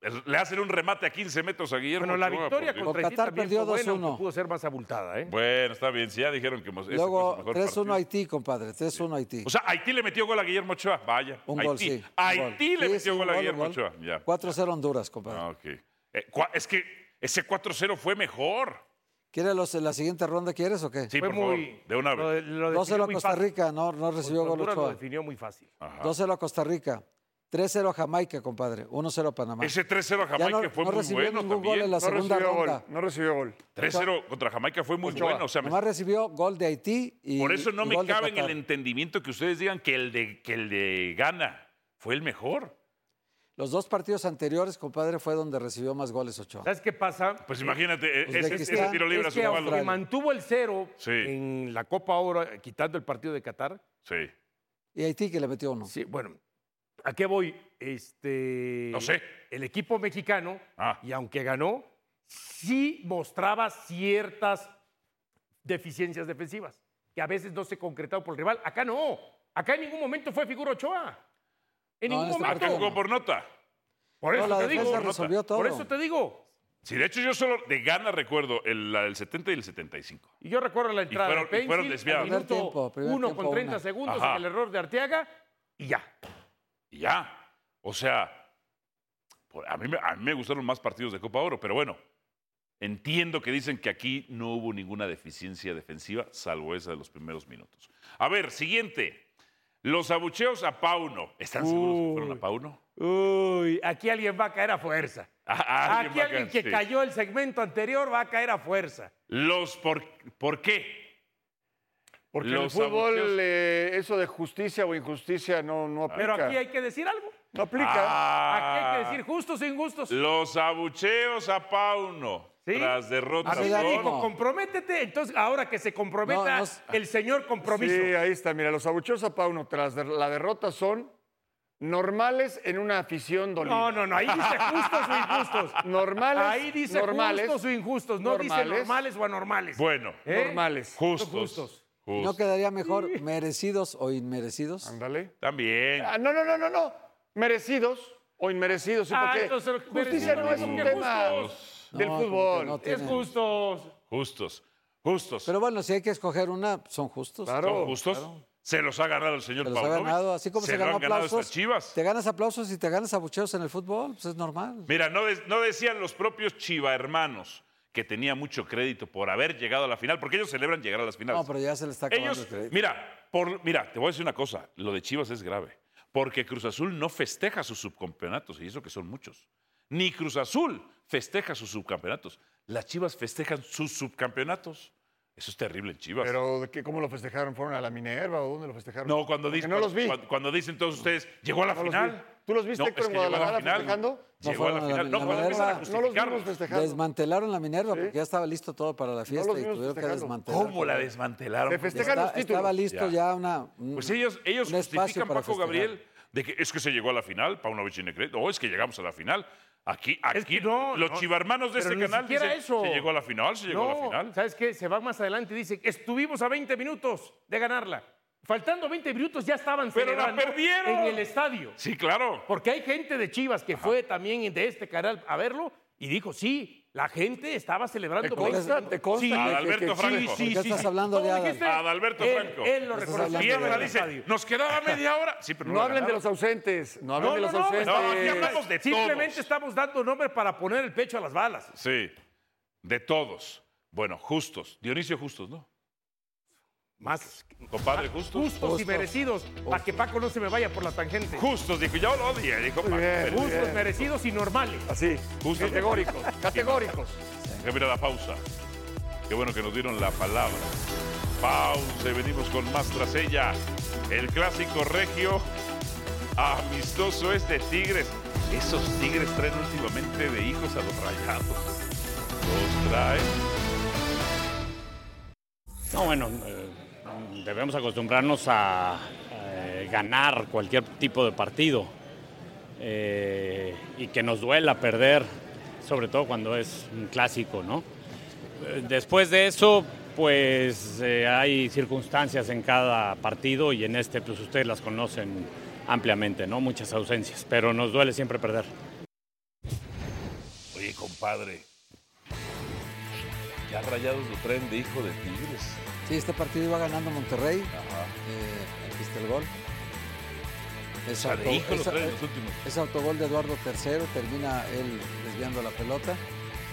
E: el- le hacen un remate a 15 metros a Guillermo.
H: Bueno, la
E: Ochoa,
H: victoria
E: por Dios.
H: contra Haití
G: Qatar
H: también
G: perdió
H: fue buena,
G: 2-1.
H: aunque pudo ser más abultada, ¿eh?
E: Bueno, está bien. Si ya dijeron que hemos- ese
G: Luego
E: fue su mejor
G: 3-1
E: partido.
G: Haití, compadre. 3-1 Haití.
E: O sea, Haití le metió gol a Guillermo Ochoa. Vaya.
G: un
E: Haití.
G: gol, sí. un
E: Haití
G: gol.
E: le
G: Sí,
E: metió
G: sí,
E: gol a
G: un
E: Guillermo
G: un gol.
E: Ochoa. Ya.
G: 4-0 Honduras, compadre.
E: Ah, ok. Eh, cua- es que ese 4-0 fue mejor.
G: ¿Quieres los- la siguiente ronda, quieres o qué?
E: Sí,
H: Fue
E: por favor,
H: muy.
E: De una
H: lo
E: vez.
H: de- lo definió
G: 2-0 a
H: muy
G: Costa
H: fácil.
G: Rica, no, no recibió gol
H: Honduras lo
G: Ochoa.
H: definió muy fácil.
G: 2-0 a Costa Rica. 3-0 a Jamaica, compadre. 1-0 a Panamá.
E: Ese 3-0 a
G: Ya
E: Jamaica
G: no,
E: fue
G: no
E: muy
G: recibió
E: bueno
G: ningún gol en
E: también.
G: la
F: No
G: segunda
F: recibió
G: ronda.
F: gol, no recibió gol.
E: 3-0 contra Jamaica fue muy
F: Ochoa.
E: bueno. O sea, me-
G: Nomás recibió gol de Haití y
E: por eso no
G: y
E: me
G: gol de
E: cabe en el
G: Qatar.
E: entendimiento que ustedes digan que el de, que el de Ghana fue el mejor.
G: Los dos partidos anteriores, compadre, fue donde recibió más goles Ochoa.
H: ¿Sabes qué pasa?
E: Pues imagínate,
G: Pues
E: ese,
G: Uzbekistán,
E: ese tiro libre a
H: es
E: su
H: que aunque
G: Australia.
H: mantuvo el cero
E: Sí.
H: en la Copa Oro, eh, quitando el partido de Qatar.
E: Sí,
G: Y Haití que le metió uno.
H: Sí, bueno, ¿a qué voy? Este,
E: No sé.
H: El equipo mexicano,
E: Ah.
H: y aunque ganó, sí mostraba ciertas deficiencias defensivas, que a veces no se concretaban por el rival. Acá no. Acá en ningún momento fue figura Ochoa. En
G: No, en
H: ningún
G: este
H: momento.
E: Marca
G: partido
E: jugó por nota.
H: Por eso
G: No, la
H: te digo.
G: defensa
E: Nota.
G: resolvió todo.
H: Por eso te digo.
E: Sí, de hecho yo solo de Ghana recuerdo el, la del 70 y el 75.
H: Y yo recuerdo la entrada
E: fueron- y
H: de
E: fueron
H: Pensil,
E: desviados.
H: al
G: Primer
H: minuto
G: tiempo, primer
H: uno
G: tiempo,
H: con 30
G: una.
H: segundos,
E: Ajá.
H: en el error de Arteaga y ya.
E: Y ya. O sea, por- a, mí, me- a mí me gustaron más partidos de Copa Oro, pero bueno, entiendo que dicen que aquí no hubo ninguna deficiencia defensiva, salvo esa de los primeros minutos. A ver, siguiente. Los abucheos a Pauno. ¿Están seguros que fueron a
H: Uy.
E: Pauno? *laughs*
H: Uy, aquí alguien va a caer a fuerza.
E: Ah,
H: aquí
E: va a
H: alguien
E: caer,
H: que
E: sí.
H: cayó el segmento anterior va a caer a fuerza.
E: Los por, ¿por qué?
F: Porque
E: Los
F: en el
E: abucheos.
F: fútbol eh, eso de justicia o injusticia no, no aplica.
H: Pero aquí hay que decir algo.
F: No aplica.
H: Aquí hay
E: Ah,
H: que decir justos e injustos.
E: Los abucheos a Pauno.
H: ¿Sí?
E: Tras derrota.
H: Así
G: no.
H: le
E: por-
H: dijo, comprométete. Entonces, ahora que se comprometa
G: No, no.
H: el señor compromiso.
F: Sí, ahí está. Mira, los abucheos a Pauno tras der- la derrota son normales en una afición dolida.
H: No, no, no, ahí dice justos o injustos.
F: Normales,
H: Ahí dice
F: normales,
H: justos o injustos, no dice
F: normales.
H: normales o anormales.
E: Bueno,
H: ¿Eh?
F: Normales.
E: justos.
H: justos.
G: ¿No
E: justos.
G: quedaría mejor merecidos o inmerecidos?
F: Ándale.
E: También.
F: Ah, no, no, no, no, no. Merecidos o inmerecidos. ¿sí?
H: Ah,
F: Porque
H: entonces,
F: justicia
H: merecidos,
F: no es un
H: que
F: tema
E: justos.
F: del
G: No, como que
F: fútbol.
G: no
H: Es
G: tiene.
H: justos.
E: Justos, justos.
G: Pero bueno, si hay que escoger una, son justos.
F: Claro.
E: ¿Son justos? Se los ha ganado el señor
G: Te los ha
E: Paunovic.
G: ganado, así como se,
E: lo
G: ganó
E: han ganado
G: aplausos.
E: estas chivas.
G: Te ganas aplausos y te ganas abucheos en el fútbol, pues es normal.
E: Mira, no, de- no decían los propios chiva hermanos que tenía mucho crédito por haber llegado a la final, porque ellos celebran llegar a las finales.
G: No, pero ya se le está acabando
E: ellos,
G: el crédito.
E: mira, por, mira, te voy a decir una cosa, lo de Chivas es grave, porque Cruz Azul no festeja sus subcampeonatos, y eso que son muchos. Ni Cruz Azul festeja sus subcampeonatos. Las Chivas festejan sus subcampeonatos. Eso es terrible en Chivas.
F: Pero ¿de qué, ¿cómo lo festejaron? ¿Fueron a la Minerva o dónde lo festejaron?
E: No, cuando
F: Porque
E: dicen,
F: no los vi.
E: Cuando, cuando dicen todos ustedes, llegó a la
F: No los
E: final.
F: vi. ¿Tú los viste,
E: No,
F: Héctor,
E: es
F: en
E: que llegó a la
F: Guadalajara
E: final.
F: festejando?
G: No
E: Llegó a la
G: fueron a la
E: final. No, cuando
G: Minerva.
E: empiezan a
G: No los
F: No los
E: justificarlo.
F: vimos festejando.
G: Desmantelaron la Minerva porque ya estaba listo todo para la fiesta y
F: vimos
G: tuvieron que
F: festejando.
G: desmantelar.
E: ¿Cómo la desmantelaron?
F: Se
G: Ya
F: festeja
G: está-
F: los títulos.
G: Estaba listo ya, una. un-
E: Pues ellos, ellos
G: un espacio
E: justifican,
G: para
E: Paco
G: festejar.
E: Gabriel, de que es que se llegó a la final, Paunovic Necret, o es que llegamos a la final. Aquí, aquí
H: que no,
E: los
H: no,
E: chivarmanos de
H: pero
E: este
H: ni
E: canal
H: siquiera
E: dicen,
H: eso.
E: se llegó a la final, se llegó a la
H: No,
E: final.
H: ¿Sabes qué? Se van más adelante y dicen, estuvimos a 20 minutos de ganarla. Faltando 20 minutos ya estaban
E: Pero la
H: celebrando
E: perdieron.
H: en el estadio.
E: Sí, claro.
H: Porque hay gente de Chivas que fue también de este canal a verlo y dijo, sí, la gente estaba celebrando.
F: ¿Te consta?
H: 20.
F: ¿Te consta
H: Sí,
F: que- que-
E: Adalberto
F: que-
E: Franco.
H: sí, sí,
G: qué
H: sí,
G: estás
H: sí.
G: hablando
H: ¿Cómo
G: de Adal?
H: dijiste?
E: Adalberto
H: Él-
E: Franco.
H: Él lo
G: Estás
H: reconoció.
G: hablando de
H: en
E: Piedra
H: el
G: Adal.
E: dice,
H: estadio.
G: *laughs*
E: nos quedaba media hora. Sí, pero
F: No,
E: no la
F: hablen de
E: ganaron.
F: los ausentes. No hablen
H: No,
F: de
H: no,
F: los
H: no,
F: ausentes.
H: no, aquí
E: hablamos de
H: Simplemente
E: todos.
H: estamos dando nombre para poner el pecho a las balas.
E: Sí, de todos. Bueno, justos. Dionisio Justos, ¿no?
H: Más
E: Compadre Justos.
H: justos y merecidos para que Paco no se me vaya por la tangente.
E: Justos, dijo, yo lo odié, dijo Paco. pero
H: Justos, merecidos y normales.
F: Así.
E: Justos.
H: *laughs*
F: Categóricos. Categóricos.
E: Que mira la pausa. Qué bueno que nos dieron la palabra. Pausa y venimos con más tras ella. El clásico regio amistoso es de Tigres. Esos Tigres traen últimamente de hijos a los rayados. Los traen.
K: No, bueno, eh, debemos acostumbrarnos a eh, ganar cualquier tipo de partido eh, y que nos duela perder, sobre todo cuando es un clásico, ¿no? Eh, Después de eso, pues eh, hay circunstancias en cada partido y en este, pues ustedes las conocen ampliamente, ¿no? Muchas ausencias, pero nos duele siempre perder.
E: Oye, compadre. Ya rayados lo traen de hijo de Tigres.
G: Sí, este partido iba ganando Monterrey. Eh, aquí está el gol. Es,
E: sea, de hijo lo
G: es-
E: traen los últimos.
G: es autogol de Eduardo III, termina él desviando la pelota.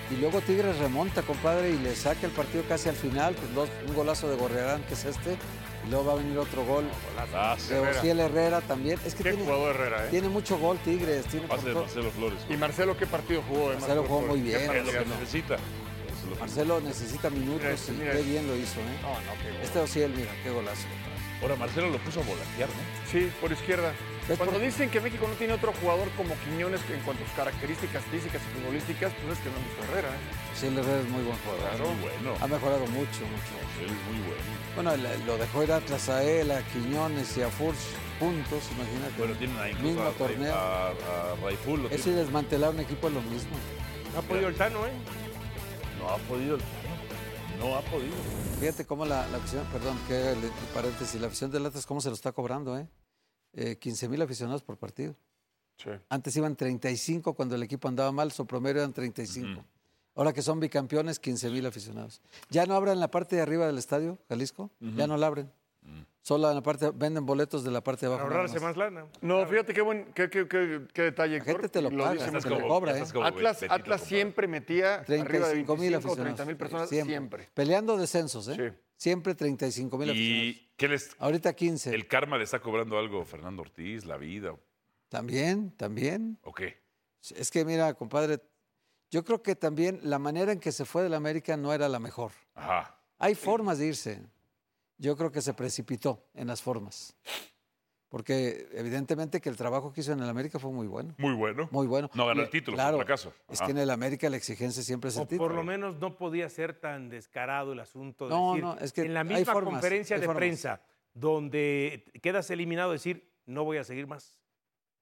G: Y luego Tigres remonta, compadre, y le saca el partido casi al final, con dos- un golazo de Gorrearán, que es este, y luego va a venir otro gol
E: Ah,
G: de Ociel Herrera también. Es que
F: pues Qué
G: tiene,
F: jugador Herrera, ¿eh?
G: tiene mucho gol Tigres, tiene por
E: Pase de
G: todo-
E: Marcelo Flores.
F: Y Marcelo, ¿qué partido jugó? eh,
G: Marcelo jugó muy
F: Qué
G: bien,
E: Es lo
F: partido,
E: que
F: ¿no?
E: necesita. Es lo que-
G: Marcelo necesita minutos
F: Mira este,
G: y
F: mira
G: qué
F: este.
G: bien lo hizo, ¿eh?
F: No, no, qué gol.
G: Este Ociel, mira, qué golazo.
E: Ahora Marcelo lo puso a volantear, ¿no?
F: Sí, por izquierda.
G: ¿Ves
F: Cuando
G: por-
F: dicen que México no tiene otro jugador como Quiñones en cuanto a sus características físicas y futbolísticas, pues es que no han visto a Herrera. ¿eh?
G: Ociel Herrera es muy buen jugador.
E: Muy bueno.
G: Ha mejorado mucho, mucho.
E: Él es muy bueno.
G: Bueno, el- lo dejó ir Atlas a él, a Quiñones y a Furch juntos, imagínate.
E: Bueno, tienen ahí incluso
G: mismo
E: a,
G: torneo.
E: A, a Raiful lo
G: Es
E: tienen.
G: desmantelar un equipo es lo mismo.
H: No ha podido el Tano, ¿eh?
E: No ha podido. el- No ha podido.
G: Fíjate cómo la, la afición, perdón, que haga el, el paréntesis, la afición del Atlas, cómo se lo está cobrando, ¿eh? eh 15 mil aficionados por partido. Antes iban 35 cuando el equipo andaba mal, su promedio eran 35. Ahora que son bicampeones, 15 mil aficionados. Ya no abren la parte de arriba del estadio, Jalisco, ya no la abren. Solo en la parte, venden boletos de la parte de
H: Para
G: abajo. nada
H: ahorrarse
G: más.
H: más lana.
F: No, fíjate qué, buen, qué, qué, qué- qué detalle.
G: La gente
F: Héctor,
G: te lo
F: y
G: paga,
F: dicen
G: estás
F: los
G: como-
F: jugados.
G: cobra,
E: estás
G: ¿eh?
E: como
F: Atlas,
E: Betito,
F: Atlas
E: compadre.
F: siempre metía arriba de
G: 35 mil
F: 25 o
G: aficionados.
F: 30 mil personas
G: siempre.
F: siempre.
G: Peleando descensos, ¿eh?
F: Sí.
G: Siempre 35 mil aficionados.
E: ¿Y qué les,
G: Ahorita 15.
E: el karma le está cobrando algo a Fernando Ortiz, la vida
G: También, también.
E: o qué?
G: Es que mira, compadre, yo creo que también la manera en que se fue de la América no era la mejor.
E: Ajá.
G: Hay formas de irse. Yo creo que se precipitó en las formas. Porque evidentemente que el trabajo que hizo en el América fue muy bueno.
E: Muy bueno.
G: Muy bueno.
E: No ganó
G: Le-
E: el título,
G: claro,
E: por acaso.
G: Es que en el América la exigencia siempre es el
H: O por
G: título.
H: lo menos no podía ser tan descarado el asunto de
G: No,
H: decir,
G: no, es que
H: en la
G: hay
H: misma
G: formas,
H: conferencia
G: hay
H: de
G: formas.
H: prensa donde quedas eliminado decir, no voy a seguir más.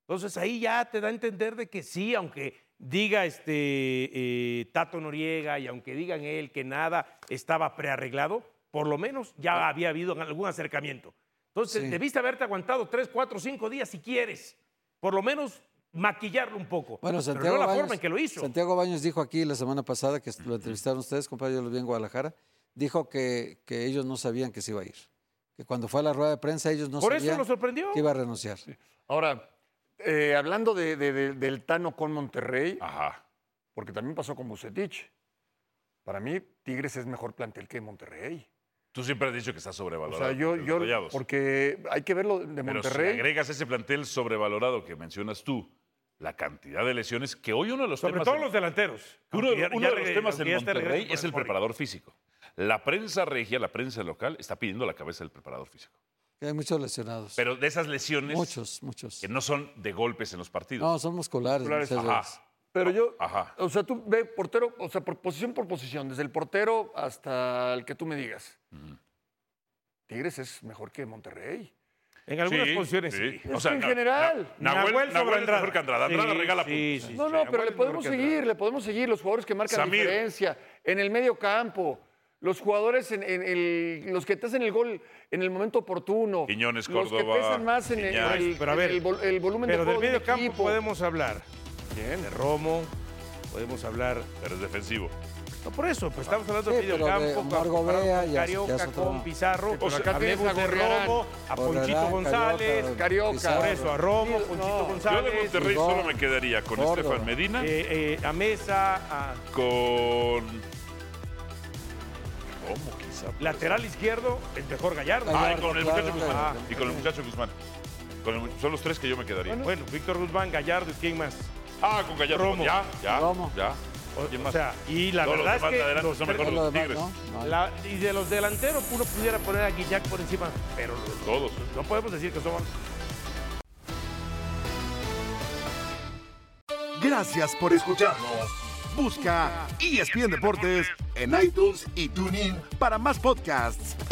H: Entonces ahí ya te da a entender de que sí, aunque diga este eh, Tato Noriega y aunque digan él que nada estaba prearreglado, por lo menos ya había habido algún acercamiento. Entonces
G: Ah. Sí.
H: debiste haberte aguantado tres, cuatro, cinco días si quieres, por lo menos maquillarlo un poco.
G: Bueno,
H: Pero
G: Santiago
H: no la
G: Baños,
H: forma en que lo hizo.
G: Santiago Baños dijo aquí la semana pasada, que lo entrevistaron ustedes, compadre, yo lo vi en Guadalajara, dijo que, que ellos no sabían que se iba a ir. Que cuando fue a la rueda de prensa ellos no
H: por eso
G: sabían
H: lo sorprendió.
G: que iba a renunciar.
F: Ahora, eh, hablando de- de- de- del Tano con Monterrey,
E: Ajá.
F: porque también pasó con Bucetich. Para mí, Tigres es mejor plantel que Monterrey.
E: Tú siempre has dicho que está
F: O
E: sobrevalorado.
F: sea, yo,
E: los
F: yo
E: Rayados.
F: porque hay que verlo de
E: Pero si
F: Monterrey.
E: agregas ese plantel sobrevalorado que mencionas tú, la cantidad de lesiones que hoy uno de los
H: Sobre
E: temas
H: todo
E: en-
H: los delanteros.
E: uno de,
H: Aunque ya-
E: uno
H: ya
E: de los
H: regre-
E: temas
H: aunque
E: en
H: ya esté
E: Monterrey
H: regreso
E: es el
H: por-
E: preparador físico. La prensa regia, la prensa local, está pidiendo la cabeza del preparador físico.
G: Que hay muchos lesionados.
E: Pero de esas lesiones.
G: Muchos, muchos.
E: Que no son de golpes en los partidos.
G: No, son musculares.
E: Musculares,
G: muchas
E: ajá.
G: veces.
F: Pero yo,
E: Ajá.
F: o sea, tú ve portero, o sea, por posición por posición, desde el portero hasta el que tú me digas. Tigres es mejor que Monterrey.
H: En algunas posiciones, sí.
F: Es
E: O sea,
F: que en
E: Na-
F: general.
E: Na- Nahuel,
H: Nahuel sobre
E: Nahuel es
H: Andrada.
E: mejor que Andrada. Andrada
H: Sí,
E: regala
H: sí,
E: puntos.
H: sí,
F: No, no, pero le podemos seguir, le podemos seguir. Los jugadores que marcan
E: Samir.
F: diferencia en el medio campo, los jugadores en, en el- los que te hacen el gol en el momento oportuno,
E: Quiñones,
F: los
E: Córdoba,
F: que pesan más en el,
E: Iñárritu.
F: en el-
H: Pero a ver,
F: en el vol- el volumen de
H: Pero del
F: juego
H: medio
F: del
H: campo
F: equipo.
H: podemos hablar de Romo, podemos hablar.
E: Pero es defensivo.
H: No, por eso, pues estamos hablando
G: Sí,
H: de medio
G: pero de
H: campo,
G: Omar
H: comparado
G: Gobea,
H: con
G: ya-
H: Carioca,
G: ya es otro.
H: con Pizarro.
F: pero acá tienes
H: hablemos
F: a
H: de
F: Gorriarán.
H: Romo, a Ponchito
G: Gorriarán,
H: González.
F: Carioca.
H: Por eso, a Romo,
F: Sí,
H: Ponchito
F: no.
E: Yo de
H: González.
E: Monterrey
G: Iván,
E: solo me quedaría con
G: Córdoba.
E: Estefan Medina,
H: eh, eh, a Mesa, a
E: con. ¿Cómo quizá?
H: lateral izquierdo, el mejor Gallardo.
E: Ah,
G: Gallardo.
E: y con el
G: claro,
E: muchacho Guzmán.
G: claro.
E: y con el muchacho Guzmán. Con el mu- son los tres que yo me quedaría.
H: Bueno, Víctor Guzmán, Gallardo, ¿y quién más?
E: ah, con Gallardo.
H: Romo.
E: Ya, ya.
G: Romo.
E: Ya.
H: O,
E: ¿Quién
H: o
E: más?
H: sea, y la
E: No, los
H: verdad
E: demás de
H: es que
E: adelante
H: los
E: son
H: tres-
E: mejor
G: Todo
E: los
G: lo demás,
E: Tigres.
G: ¿no? No,
H: la- y de los delanteros uno pudiera poner a Guillac por encima, pero los-
E: Todos.
H: no podemos decir que somos
L: Gracias por escucharnos. E Busca ESPN Deportes en iTunes y TuneIn para más podcasts.